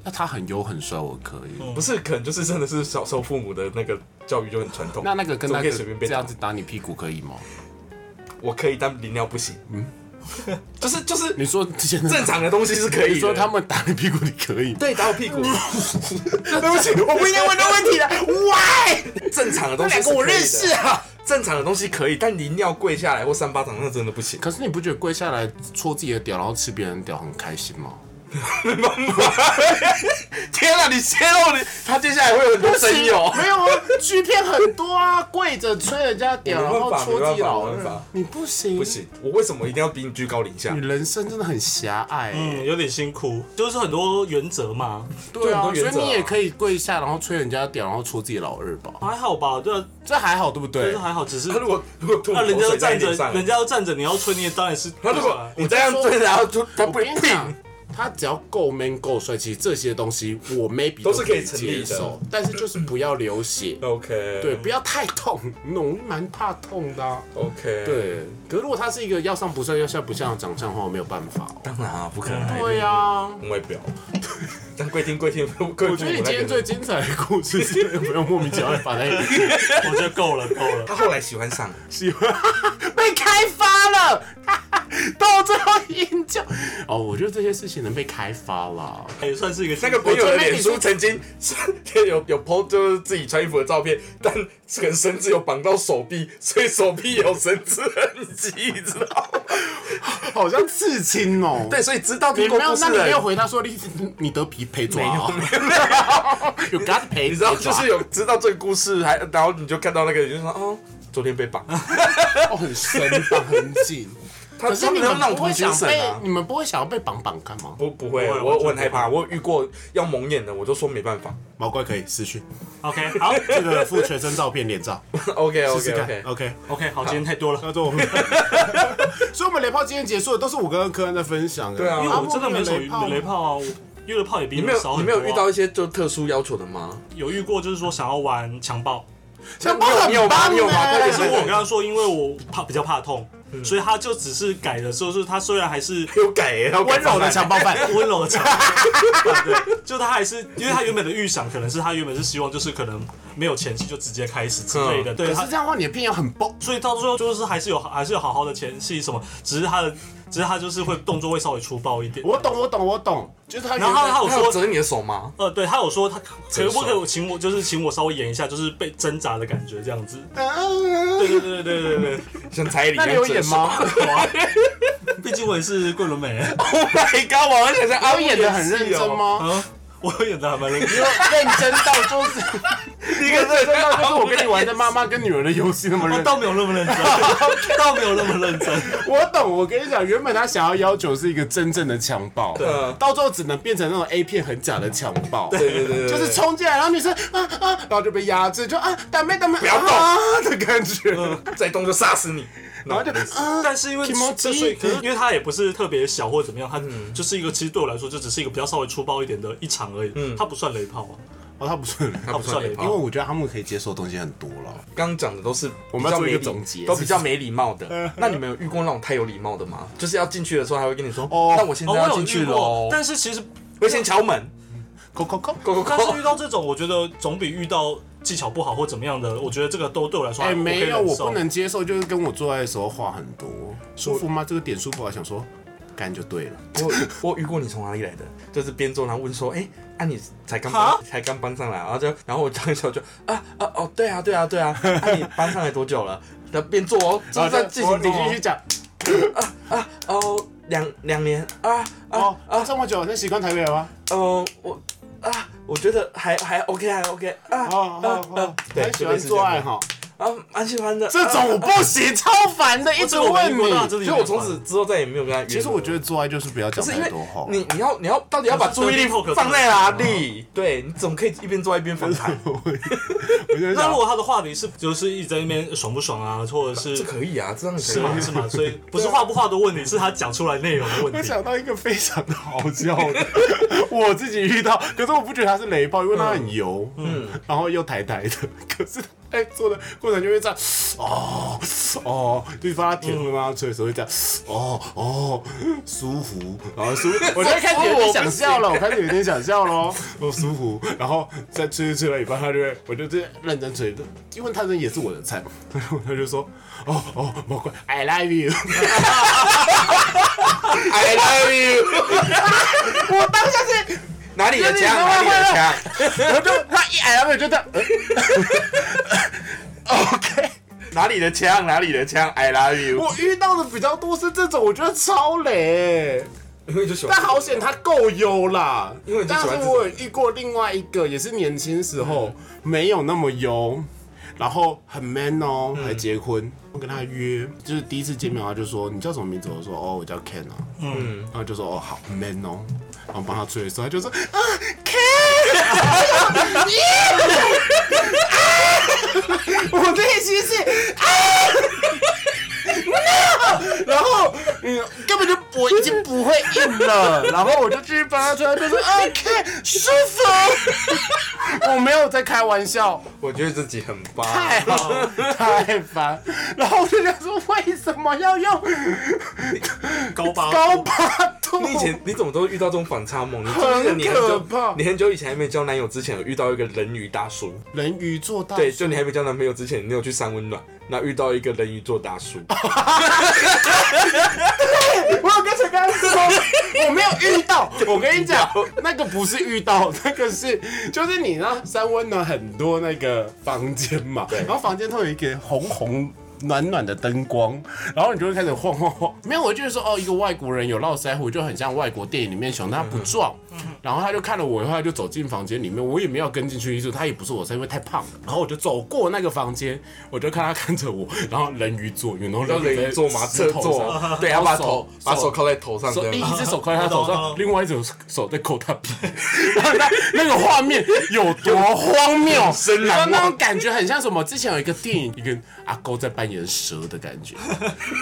[SPEAKER 2] 那他很油很帅，我可以。
[SPEAKER 1] 不是，可能就是真的是小时候父母的那个教育就很传统。
[SPEAKER 2] 那那个跟
[SPEAKER 1] 怎么
[SPEAKER 2] 那
[SPEAKER 1] 可以
[SPEAKER 2] 个
[SPEAKER 1] 随便被
[SPEAKER 2] 这
[SPEAKER 1] 打
[SPEAKER 2] 样子打你屁股可以吗？
[SPEAKER 1] 我可以，但淋尿不行。嗯，就是就是
[SPEAKER 2] 你说之前
[SPEAKER 1] 正常的东西是可以的。
[SPEAKER 2] 你说他们打你屁股你可以吗？
[SPEAKER 1] 对打我屁股，
[SPEAKER 2] 对不起，我不应该问这问题的。喂，
[SPEAKER 1] 正常的东西是可以的。
[SPEAKER 2] 啊。
[SPEAKER 1] 正常的东西可以，但淋尿跪下来或扇巴掌那真的不行。
[SPEAKER 2] 可是你不觉得跪下来戳自己的屌，然后吃别人的屌很开心吗？
[SPEAKER 1] 天啊，你泄露你，他接下来会有很多哦真友。
[SPEAKER 2] 没有啊，剧片很多啊，跪着吹人家屌，
[SPEAKER 1] 我
[SPEAKER 2] 然
[SPEAKER 1] 没
[SPEAKER 2] 后
[SPEAKER 1] 办法
[SPEAKER 2] 戳自
[SPEAKER 1] 没
[SPEAKER 2] 己
[SPEAKER 1] 办法
[SPEAKER 2] 老
[SPEAKER 1] 没办
[SPEAKER 2] 二
[SPEAKER 1] 法，
[SPEAKER 2] 你不行，
[SPEAKER 1] 不，行，我为什么一定要比你居高临下
[SPEAKER 2] 你？人生真的很狭隘欸。
[SPEAKER 3] 嗯，有点辛苦，就是很多原则嘛，
[SPEAKER 2] 对啊，
[SPEAKER 1] 就很多
[SPEAKER 2] 所
[SPEAKER 1] 原则啊
[SPEAKER 2] 以你也可以跪下，然后吹人家屌，然后戳自己老二吧。
[SPEAKER 3] 还好吧，对啊，
[SPEAKER 2] 这还好，对不
[SPEAKER 3] 就
[SPEAKER 2] 对
[SPEAKER 3] 是？还好，只是啊
[SPEAKER 1] 他如果如果吐
[SPEAKER 3] 那人
[SPEAKER 1] 口
[SPEAKER 3] 家都
[SPEAKER 1] 水在
[SPEAKER 3] 站
[SPEAKER 1] 你脸
[SPEAKER 3] 着，
[SPEAKER 1] 上，
[SPEAKER 3] 人家啊都站着，你要吹，你也当然是
[SPEAKER 1] 他如果你这样对，然后就他
[SPEAKER 2] 我
[SPEAKER 1] 不
[SPEAKER 2] 跟你
[SPEAKER 1] 呸
[SPEAKER 2] 讲，他只要够 man 够帅，其实这些东西我 maybe
[SPEAKER 1] 都是可以成立
[SPEAKER 2] 接
[SPEAKER 1] 的
[SPEAKER 2] 受，但是就是不要流血，
[SPEAKER 1] OK，
[SPEAKER 2] 对，不要太痛，那种蛮怕痛的啊、
[SPEAKER 1] OK，，
[SPEAKER 2] 对，可是如果他是一个要上不上要下不下的长相的话，我没有办法、哦。
[SPEAKER 1] 当然啊，不可能，
[SPEAKER 2] 对呀、啊，
[SPEAKER 1] 很外表。但贵厅贵厅，贵
[SPEAKER 2] 我觉得你今天最精彩的故事 是没有莫名其妙把那
[SPEAKER 3] 我觉得够了，够了。
[SPEAKER 1] 他后来喜欢上了。
[SPEAKER 2] 喜欢 被开发了，到最后研究哦，我觉得这些事情能被开发啦。
[SPEAKER 3] 也算是一个
[SPEAKER 1] 那个朋
[SPEAKER 2] 我
[SPEAKER 1] 友
[SPEAKER 2] 这
[SPEAKER 1] 的
[SPEAKER 2] 边
[SPEAKER 1] 脸
[SPEAKER 2] 你
[SPEAKER 1] 书
[SPEAKER 2] 说
[SPEAKER 1] 曾经有有 po 就是自己穿衣服的照片，但可能绳子有绑到手臂，所以手臂有绳子痕迹，你知道吗？
[SPEAKER 2] 好像刺青 哦。
[SPEAKER 1] 对，所以知道
[SPEAKER 2] 你
[SPEAKER 1] 听
[SPEAKER 2] 没
[SPEAKER 1] 过故，
[SPEAKER 2] 有那
[SPEAKER 1] 事
[SPEAKER 2] 你
[SPEAKER 1] 的
[SPEAKER 2] 没有
[SPEAKER 1] 人，
[SPEAKER 2] 回答说你你得皮陪抓哦， 有 got 陪，
[SPEAKER 1] 你 知道就是有知道这个故事，还然后你就看到那个人就说哦，昨天被 绑，
[SPEAKER 2] 哦很深绑很 紧，
[SPEAKER 1] 他
[SPEAKER 2] 可是你
[SPEAKER 1] 他
[SPEAKER 2] 们
[SPEAKER 1] 那种
[SPEAKER 2] 不
[SPEAKER 1] 同
[SPEAKER 2] 会
[SPEAKER 1] 情
[SPEAKER 2] 想
[SPEAKER 1] 神
[SPEAKER 2] 被
[SPEAKER 1] 啊。
[SPEAKER 2] 你们不会想要被绑绑干吗？
[SPEAKER 1] 不不会，
[SPEAKER 3] 不会
[SPEAKER 1] 我
[SPEAKER 3] 完全
[SPEAKER 1] 我很害怕，
[SPEAKER 3] 不
[SPEAKER 1] 我有遇过要蒙眼的，我就说没办法，
[SPEAKER 2] 毛怪可以私讯，
[SPEAKER 3] 啊， OK，好
[SPEAKER 2] 记得附全身照片脸照，
[SPEAKER 1] OK
[SPEAKER 2] 试试
[SPEAKER 1] OK
[SPEAKER 2] 看。
[SPEAKER 1] OK，
[SPEAKER 2] OK，
[SPEAKER 3] ，OK，好，今天太多 了。
[SPEAKER 2] 那做我们，所以我们雷炮今天结束的都是我跟柯恩在分享的。
[SPEAKER 1] 对啊
[SPEAKER 3] 因为
[SPEAKER 2] 阿
[SPEAKER 3] 我
[SPEAKER 2] 莫
[SPEAKER 3] 真的没什
[SPEAKER 2] 雷炮
[SPEAKER 3] 么
[SPEAKER 2] 吗
[SPEAKER 3] 雷炮啊，我因为炮也比
[SPEAKER 1] 你
[SPEAKER 3] 们
[SPEAKER 1] 没有
[SPEAKER 3] 少
[SPEAKER 1] 你
[SPEAKER 3] 很
[SPEAKER 1] 没
[SPEAKER 3] 多、啊。
[SPEAKER 1] 有遇到一些就特殊要求的吗？
[SPEAKER 3] 有遇过，就是说想要玩强暴，
[SPEAKER 2] 像棒很
[SPEAKER 1] 你有
[SPEAKER 2] 棒
[SPEAKER 1] 吗你有吗快
[SPEAKER 2] 欸
[SPEAKER 3] 但
[SPEAKER 1] 点
[SPEAKER 3] 是 我跟他说，因为我怕比较怕痛，所以他就只是改的时候，就是他虽然还是
[SPEAKER 1] 有改耶，要改
[SPEAKER 2] 温柔的
[SPEAKER 1] 上
[SPEAKER 2] 强暴犯，
[SPEAKER 3] 温柔的强暴，对，就他还是因为他原本的预想可能是他原本是希望就是可能没有前戏就直接开始之类的，对
[SPEAKER 2] 可
[SPEAKER 3] 他
[SPEAKER 2] 是这样的话，你的片要很崩。
[SPEAKER 3] 所以到最后就是还是有还是有好好的前戏什么，只是他的只是他就是会动作会稍微粗暴一点。
[SPEAKER 2] 我懂，我懂，我懂，就是他原
[SPEAKER 3] 然
[SPEAKER 2] 本。
[SPEAKER 3] 后他他有
[SPEAKER 1] 班。他有
[SPEAKER 3] 说，
[SPEAKER 1] 折你的手吗？
[SPEAKER 3] 呃，对他有说他可
[SPEAKER 2] 真
[SPEAKER 3] 不可
[SPEAKER 2] 爽
[SPEAKER 3] 以请我就是请我稍微演一下，就是被挣扎的感觉这样子。
[SPEAKER 2] 嗯
[SPEAKER 3] 对对对对对对对，
[SPEAKER 1] 像彩礼
[SPEAKER 2] 那你有演吗？
[SPEAKER 3] 毕竟我也是桂纶镁
[SPEAKER 1] ？Oh my god！我好想像阿
[SPEAKER 2] 我
[SPEAKER 1] 木
[SPEAKER 2] 演的很
[SPEAKER 1] 戏哦
[SPEAKER 2] 认真？吗？
[SPEAKER 3] 啊，我演哦的还蛮认真。
[SPEAKER 2] 认真到就是，
[SPEAKER 1] 你跟这
[SPEAKER 2] 认真到就是我跟你玩的妈妈跟女儿的游戏那么
[SPEAKER 3] 我
[SPEAKER 2] 认真。
[SPEAKER 3] 倒没有那 么认真，倒没有那么认真。
[SPEAKER 2] 我懂，我跟你讲，原本他想要要求是一个真正的强暴，
[SPEAKER 1] 对
[SPEAKER 2] 到最后只能变成那种 A 片很假的强暴，
[SPEAKER 1] 啊 对对对对对
[SPEAKER 2] 就是冲进来，然后女生啊啊，然后就被压制，就啊，打妹打妹，不
[SPEAKER 1] 要动嗯
[SPEAKER 2] 啊的感觉，
[SPEAKER 1] 再动就杀死你。
[SPEAKER 2] 然后就啊，
[SPEAKER 3] 但是因为
[SPEAKER 2] Kimochi
[SPEAKER 3] 之所以，可是因为它也不是特别小或者怎么样，它
[SPEAKER 1] 嗯
[SPEAKER 3] 就是一个，其实对我来说就只是一个比较稍微粗暴一点的一场而已，它不算雷炮啊，
[SPEAKER 2] 哦，他不是，
[SPEAKER 1] 嗯他不算雷炮
[SPEAKER 3] 哦
[SPEAKER 2] 因为我觉得阿木可以接受的东西很多了，
[SPEAKER 1] 刚刚讲的都是
[SPEAKER 2] 我
[SPEAKER 1] 比
[SPEAKER 2] 们要
[SPEAKER 1] 较
[SPEAKER 2] 做一
[SPEAKER 1] 没
[SPEAKER 2] 个
[SPEAKER 1] 礼
[SPEAKER 2] 总结
[SPEAKER 1] 都比较没礼貌 的。那你们有遇过那种太有礼貌的吗？就是要进去的时候还会跟你说：“
[SPEAKER 2] 哦
[SPEAKER 1] 那我现在
[SPEAKER 3] 哦，
[SPEAKER 1] 要
[SPEAKER 3] 我有
[SPEAKER 1] 进去
[SPEAKER 3] 遇
[SPEAKER 1] 了
[SPEAKER 3] 过
[SPEAKER 1] 哦，，
[SPEAKER 3] 但是其实，
[SPEAKER 1] 会先敲门。
[SPEAKER 2] 扣扣扣”。
[SPEAKER 1] go go
[SPEAKER 3] 但是
[SPEAKER 1] go！
[SPEAKER 3] 遇到这种，我觉得总比遇到技巧不好或怎么样的，我觉得这个都对我来说
[SPEAKER 2] 哎、
[SPEAKER 3] 还可以
[SPEAKER 2] 没有，
[SPEAKER 3] 忍
[SPEAKER 2] 我
[SPEAKER 3] 受
[SPEAKER 2] 不能接受，就是跟我做爱的时候话很多，舒服吗？这个点舒服，我还想说干就对了。
[SPEAKER 1] 我我遇过你从哪里来的？就是边做然后问 说：“哎，啊你才刚
[SPEAKER 3] 哈
[SPEAKER 1] 搬才刚搬上来啊，然后就然后我讲一下我就 啊啊哦对啊对啊对啊，啊你搬上来多久了？”然后边做哦，就
[SPEAKER 2] 然
[SPEAKER 1] 是在
[SPEAKER 2] 后就
[SPEAKER 1] 进
[SPEAKER 2] 我
[SPEAKER 1] 行
[SPEAKER 2] 你
[SPEAKER 1] 中
[SPEAKER 2] 继续讲
[SPEAKER 1] 哦哦两两年啊啊
[SPEAKER 2] 哦，
[SPEAKER 1] 啊
[SPEAKER 2] 这么久，那习惯台北了吗？
[SPEAKER 1] 呃，我啊，我觉得还还 OK，还 OK 啊啊
[SPEAKER 2] 哦哦
[SPEAKER 1] 啊
[SPEAKER 2] 哦，，
[SPEAKER 1] 对，
[SPEAKER 2] 很喜欢做爱哈，
[SPEAKER 1] 啊，蛮喜欢的。
[SPEAKER 2] 这种我不行，超烦的，一直
[SPEAKER 3] 这个我
[SPEAKER 2] 问
[SPEAKER 3] 遇过那
[SPEAKER 2] 你。
[SPEAKER 3] 真的
[SPEAKER 1] 所以
[SPEAKER 3] 有点
[SPEAKER 1] 我从此之后再也没有跟他约了。
[SPEAKER 2] 其实我觉得做爱就是不要
[SPEAKER 1] 不
[SPEAKER 2] 讲
[SPEAKER 1] 是因为
[SPEAKER 2] 太多话。
[SPEAKER 1] 你你要你要到底要把注意力放在哪里？对你总可以一边做一边访 谈，
[SPEAKER 2] 我就
[SPEAKER 3] 那
[SPEAKER 2] 想
[SPEAKER 3] 如，果他的话题是就是一直在那边爽不爽啊，或者
[SPEAKER 1] 这
[SPEAKER 3] 是
[SPEAKER 1] 可以啊，这样可以
[SPEAKER 3] 是
[SPEAKER 1] 吗
[SPEAKER 3] 嘛？是嘛？所以不是话不话的问题，是他讲出来内容的 问
[SPEAKER 2] 我
[SPEAKER 3] 题。
[SPEAKER 2] 想到一个非常的好笑的，我自己遇到，可是我不觉得它是雷炮，因为它很油，嗯，然后又抬抬的，可是在做的过程就会这样，哦哦，就是帮他舔或者帮他吹的时候会这样，哦哦，舒服，然后 舒服，我就开始有点想笑哦了，我开始有点想笑喽，哦舒服，然后再吹吹吹了一半，他就会，我就这认真吹的，因为他人也是我的菜嘛， 他就说，哦哦，毛怪，I love you。
[SPEAKER 1] ？I love you，
[SPEAKER 2] 我当下是
[SPEAKER 1] 哪里的
[SPEAKER 2] 就是你
[SPEAKER 1] 家？
[SPEAKER 2] 慢
[SPEAKER 1] 哪
[SPEAKER 2] 慢
[SPEAKER 1] 里的
[SPEAKER 2] 会
[SPEAKER 1] 家？
[SPEAKER 2] 然后就他一挨到我就这样、呃 OK，
[SPEAKER 1] 哪里的枪？哪里的枪？I love you。
[SPEAKER 2] 我遇到的比较多是这种，我觉得超雷、
[SPEAKER 1] 因为就喜欢，
[SPEAKER 2] 但好险他够优啦，
[SPEAKER 1] 因为你就
[SPEAKER 2] 但
[SPEAKER 1] 喜欢这嗯种
[SPEAKER 2] 是我有遇过另外一个，也是年轻时候、没有那么优，然后很 man 哦，
[SPEAKER 1] 嗯
[SPEAKER 2] 还结婚。我跟他约，就是第一次见面，他就说你叫什么名字？我说哦，我叫 Ken 啊。嗯，然后就说哦，好 man 哦。然后帮他吹的时候，他就说啊，Ken，我内心是啊。然后嗯，根本就我已经不会硬了，然后我就继续帮他吹，他就说 OK 舒服， 我没有在开玩笑，
[SPEAKER 1] 我觉得自己很棒。
[SPEAKER 2] 太好太烦，然后我就想说为什么要用
[SPEAKER 3] 高八
[SPEAKER 2] 高八度？
[SPEAKER 1] 你以前你怎么都遇到这种反差萌？你记不
[SPEAKER 2] 很
[SPEAKER 1] 记得你很久
[SPEAKER 2] 可怕
[SPEAKER 1] 你很久以前还没交男友之前，有遇到一个人鱼大叔。
[SPEAKER 2] 人鱼做大
[SPEAKER 1] 对，就你还没交男朋友之前，你有去三温暖，那遇到一个人鱼座大 叔，
[SPEAKER 2] 我有跟陈 刚说， 我没有遇到。我跟你讲，那个不是遇到， 那个是就是你知道三温暖很多那个房间嘛，然后房间都有一个红红。暖暖的灯光，然后你就会开始晃晃晃。没有，我就是说哦，一个外国人有络腮胡，就很像外国电影里面熊，但他不壮。然后他就看了我以后，他就走进房间里面，我也没有跟进去医术，他也不是我，是因为太胖了。然后我就走过那个房间，我就看他看着我，然后人鱼座，然后
[SPEAKER 1] 要
[SPEAKER 2] 人
[SPEAKER 1] 人
[SPEAKER 2] 在
[SPEAKER 1] 坐马侧
[SPEAKER 2] 石头
[SPEAKER 1] 坐
[SPEAKER 2] 上，
[SPEAKER 1] 对，他把头
[SPEAKER 2] 手
[SPEAKER 1] 把手靠在头上
[SPEAKER 2] 手
[SPEAKER 1] 这
[SPEAKER 2] 一
[SPEAKER 1] 样。哎
[SPEAKER 2] 一只手扣在他手
[SPEAKER 1] 哦
[SPEAKER 3] 我懂我
[SPEAKER 2] 上，
[SPEAKER 3] 懂
[SPEAKER 2] 另外一只手手在扣他屁， 然后那那个画面有多荒谬，
[SPEAKER 1] 深啊难忘
[SPEAKER 2] 然后那种感觉很像什么？之前有一个电影，一个阿勾在扮演蛇的感觉，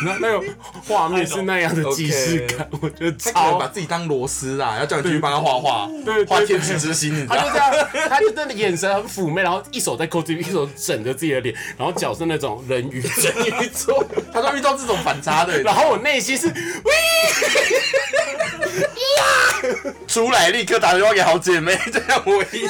[SPEAKER 2] 那那个画面是那样的既视 感，我觉得
[SPEAKER 1] 他哎可能
[SPEAKER 2] 超
[SPEAKER 1] 把自己当螺丝啦，要叫你继续帮他画画，画天使之心，你知
[SPEAKER 2] 他就
[SPEAKER 1] 道
[SPEAKER 2] 这？样，他就真的眼神很妩媚，然后一手在抠自己，一手枕着自己的脸，然后脚是那种人鱼枕 鱼座，
[SPEAKER 1] 他都遇到这种反差的，
[SPEAKER 2] 然后我内心是，喂，
[SPEAKER 1] 出来立刻打电话给好姐妹，这样我一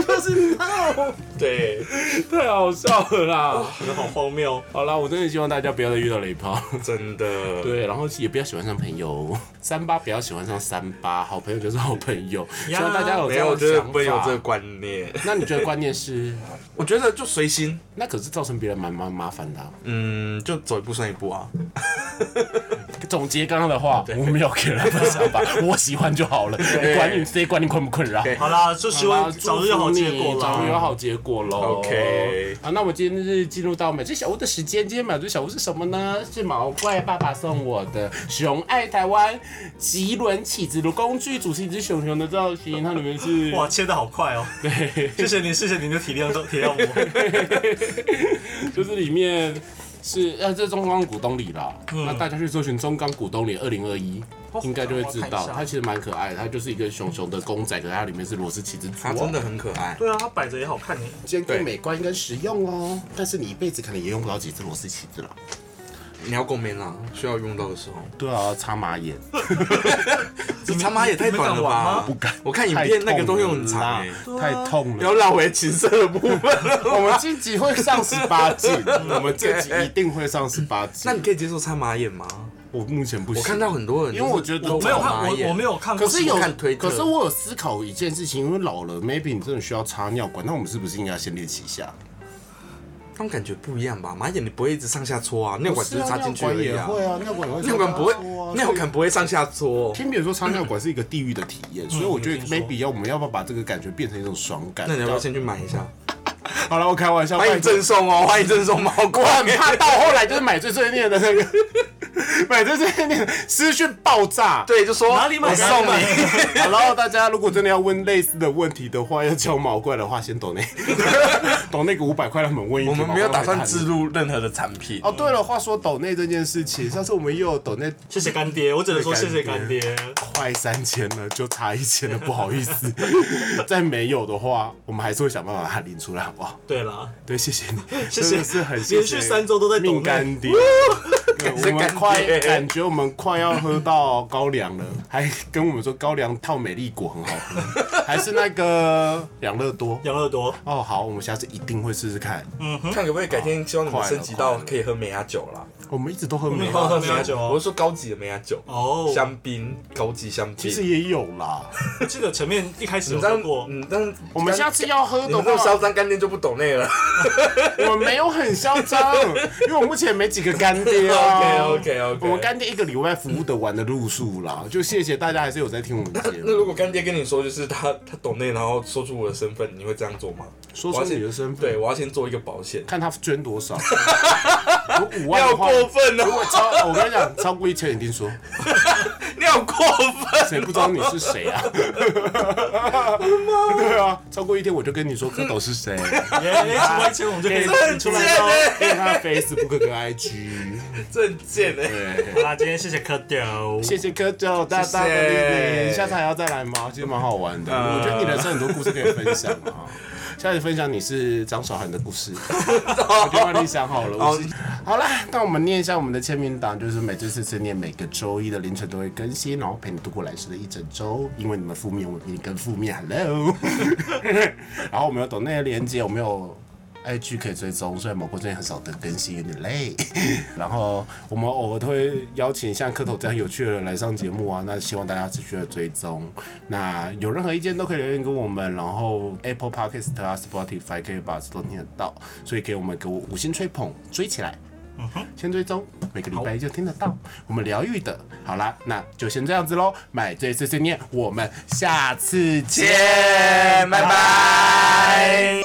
[SPEAKER 1] 对，
[SPEAKER 2] 太好笑了啦！
[SPEAKER 3] 真的好荒谬。
[SPEAKER 2] 好啦，我真的希望大家不要再遇到雷炮。
[SPEAKER 1] 真的，
[SPEAKER 2] 对，然后也不要喜欢上朋友， 三八不要喜欢上三八，好朋友就是好朋友。希望大家有
[SPEAKER 1] 没
[SPEAKER 2] 这
[SPEAKER 1] 有，
[SPEAKER 2] 样
[SPEAKER 1] 我
[SPEAKER 2] 的
[SPEAKER 1] 觉得
[SPEAKER 2] 想
[SPEAKER 1] 不会有这个
[SPEAKER 2] 法。
[SPEAKER 1] 观念。
[SPEAKER 2] 那你觉得观念是？
[SPEAKER 1] 我觉得就随心，
[SPEAKER 2] 那可是造成别人蛮蛮麻烦的啊、
[SPEAKER 1] 嗯，就走一步算一步啊。
[SPEAKER 2] 总结刚刚的话，我没有给人分想法， 我喜欢就好了，管你谁管你困不困扰。
[SPEAKER 1] 对
[SPEAKER 3] 好啦，就希
[SPEAKER 2] 好
[SPEAKER 3] 望
[SPEAKER 2] 啦
[SPEAKER 3] 早日有好结
[SPEAKER 2] 祝福
[SPEAKER 3] 果
[SPEAKER 2] 你早日有
[SPEAKER 3] 啦。
[SPEAKER 2] 好结果喽。
[SPEAKER 1] OK
[SPEAKER 2] 好，那我们今天是进入到每只小屋的时间。今天每只小屋是什么呢？是毛怪爸爸送我的熊爱台湾吉伦起子的工具，主是一只熊熊的造型，它里面是
[SPEAKER 3] 哇，切的好快哦！
[SPEAKER 2] 对，
[SPEAKER 3] 谢谢你，谢谢你的体谅，都体 谅我。
[SPEAKER 2] 就是里面是呃，这是中钢股东里啦。
[SPEAKER 3] 嗯
[SPEAKER 2] 那大家去搜寻中钢股东里二零二一。应该就会知
[SPEAKER 3] 我看
[SPEAKER 2] 道
[SPEAKER 3] 一，下
[SPEAKER 2] 它其实蛮可爱的，它就是一个熊熊的公仔，可是它里面是螺丝起子组、
[SPEAKER 1] 他真的很可爱，
[SPEAKER 3] 对啊，它摆着也好看耶。
[SPEAKER 2] 兼顾
[SPEAKER 1] 对
[SPEAKER 2] 美观跟实用哦。但是你一辈子可能也用不到几只螺丝起子了。
[SPEAKER 1] 你要共鸣啦，需要用到的时候。
[SPEAKER 2] 对啊，擦马眼，
[SPEAKER 1] 这他妈也太短了吧
[SPEAKER 2] 不！敢。
[SPEAKER 1] 我看影片那个都用很长欸
[SPEAKER 2] 太痛
[SPEAKER 1] 要
[SPEAKER 2] 了。
[SPEAKER 1] 绕回情色的部分 了。
[SPEAKER 2] 我们这集会上十八 集，我们这集一定会上十八集。
[SPEAKER 1] 那你可以接受擦马眼吗？
[SPEAKER 2] 我目前不行，
[SPEAKER 1] 我看到很多人，
[SPEAKER 2] 因为我觉得
[SPEAKER 1] 我
[SPEAKER 3] 没有
[SPEAKER 1] 看
[SPEAKER 3] 看我，我没
[SPEAKER 1] 有。
[SPEAKER 3] 有看过。
[SPEAKER 2] 可是有
[SPEAKER 1] 我看推，特
[SPEAKER 2] 可是我有思考一件事情，因为老了，maybe 你真的需要插尿管，那我们是不是应该先练习一下？
[SPEAKER 1] 他们感觉不一样吧？马眼你不会一直上下搓啊，尿管只是插进去而
[SPEAKER 2] 不是
[SPEAKER 1] 已
[SPEAKER 2] 啊尿
[SPEAKER 1] 啊。
[SPEAKER 2] 管也会啊，尿管也会
[SPEAKER 1] 尿管不
[SPEAKER 2] 插出啊
[SPEAKER 1] 会，尿。
[SPEAKER 2] 所以
[SPEAKER 1] 管不会上下搓。
[SPEAKER 2] 听别人说插尿管是一个地狱的体验，所以我觉得 maybe 要我们要不要把这个感觉变成一种爽感？
[SPEAKER 1] 那你要不要
[SPEAKER 2] 要
[SPEAKER 1] 先去买一下？
[SPEAKER 2] 好了，我开玩笑，
[SPEAKER 1] 欢迎赠送哦，欢迎赠送毛欸
[SPEAKER 2] 我
[SPEAKER 1] 冠。
[SPEAKER 2] 很怕到后来就是买最碎念的那个，买最碎念的私讯爆炸。
[SPEAKER 1] 对，就说
[SPEAKER 3] 哪里买
[SPEAKER 1] 我送
[SPEAKER 3] 哪里买
[SPEAKER 1] 你。
[SPEAKER 2] 好然后大家如果真的要问类似的问题的话，要教毛怪的话，先抖那抖那个五百块，让他们问一题。
[SPEAKER 1] 我们没有打算置
[SPEAKER 2] 入。
[SPEAKER 1] 入任何的产品。
[SPEAKER 2] 哦，对了，话说抖内这件事情，上次我们又有抖内
[SPEAKER 3] 谢谢干爹，我只能说谢谢干爹。
[SPEAKER 2] 快三千了，就差一千了，不好意思。 再没有的话，我们还是会想办法把它领出来，好不好？
[SPEAKER 3] 对啦，
[SPEAKER 2] 对，谢谢你，
[SPEAKER 3] 谢
[SPEAKER 2] 真
[SPEAKER 3] 谢，
[SPEAKER 2] 的是很谢
[SPEAKER 3] 连
[SPEAKER 2] 谢
[SPEAKER 3] 续三周 都在抖
[SPEAKER 2] 命
[SPEAKER 3] 内
[SPEAKER 2] 干爹。对
[SPEAKER 1] 谢
[SPEAKER 2] 我们
[SPEAKER 1] 干爹
[SPEAKER 2] 欸快感觉我们快要喝到高粱了，还跟我们说高粱套美丽果很好喝，还是那个养乐多
[SPEAKER 3] 养乐多，
[SPEAKER 2] 哦。好，我们下次一定会试试看。
[SPEAKER 1] 看可不可以改天希望你们升级到可以喝梅亚酒啦。
[SPEAKER 2] 我们一直都喝美
[SPEAKER 3] 我们
[SPEAKER 2] 啊，
[SPEAKER 3] 喝梅亚酒啊
[SPEAKER 1] 我是说高级的梅亚酒
[SPEAKER 3] 哦
[SPEAKER 1] 香槟，高级香槟。
[SPEAKER 2] 其实也有啦。
[SPEAKER 3] 我记得前面一开始
[SPEAKER 1] 你
[SPEAKER 3] 有
[SPEAKER 1] 这
[SPEAKER 3] 说
[SPEAKER 1] 样
[SPEAKER 3] 过，，
[SPEAKER 1] 你这样，
[SPEAKER 2] 我啊们下次要喝
[SPEAKER 1] 嗯你
[SPEAKER 2] 的
[SPEAKER 1] 们这嚣
[SPEAKER 2] 话，
[SPEAKER 1] 张干爹就不懂那了。
[SPEAKER 2] 我没有很嚣张，因为我目前没几个干爹
[SPEAKER 1] OK
[SPEAKER 2] 啊。
[SPEAKER 1] OK OK。
[SPEAKER 2] 我们干爹一个礼拜服务得完的路数啦，就谢谢大家还是有在听我们节
[SPEAKER 1] 那
[SPEAKER 2] 目。
[SPEAKER 1] 如果干爹跟你说，就是他他懂内，然后说出我的身份，你会这样做吗？
[SPEAKER 2] 说
[SPEAKER 1] 我要
[SPEAKER 2] 出
[SPEAKER 1] 先
[SPEAKER 2] 你的身份，
[SPEAKER 1] 对，我要先做一个保险。
[SPEAKER 2] 看他捐多少。有五
[SPEAKER 1] 你
[SPEAKER 2] 万
[SPEAKER 1] 好
[SPEAKER 2] 的话，
[SPEAKER 1] 过分
[SPEAKER 2] 如
[SPEAKER 1] 哦！
[SPEAKER 2] 果超，我跟你讲，超过一千一定说，
[SPEAKER 1] 你好过分！
[SPEAKER 2] 谁不知道你是谁啊？对啊，超过一天我就跟你说蝌蚪是谁，
[SPEAKER 3] 耶，出来前我们就可以指出来喽。
[SPEAKER 2] 因为他的 Facebook 跟 IG。
[SPEAKER 1] 真贱哎！
[SPEAKER 2] 对，
[SPEAKER 3] 好啦，今天谢谢蝌蚪，
[SPEAKER 2] 谢谢蝌蚪大大的
[SPEAKER 1] 谢谢
[SPEAKER 2] 莅临，下次还要再来吗？其实蛮好玩的，
[SPEAKER 1] 嗯
[SPEAKER 2] 我觉得你人生很多故事可以分享啊。下次分享你是张韶涵的故事，我就帮你想好了。我是好啦，那我们念一下我们的签名档，就是每周四次念，每个周一的凌晨都会更新，然后陪你度过来时的一整周。因为你们负面，我比你更负面。Hello，然后我们有抖内的连接，我们有。 IG 可以追踪，虽然某个最近很少的更新，有点累。 然后我们偶尔都会邀请像磕头这样有趣的人来上节目啊，那希望大家持续的追踪。那有任何意见都可以留言给我们，然后 Apple Podcast 啊、Spotify 可以把这都听得到，所以给我们给我五星吹捧，追起来。先追踪，每个礼拜一就听得到我们疗愈的。好啦，那就先这样子喽，买醉碎碎念，我们下次见，拜拜。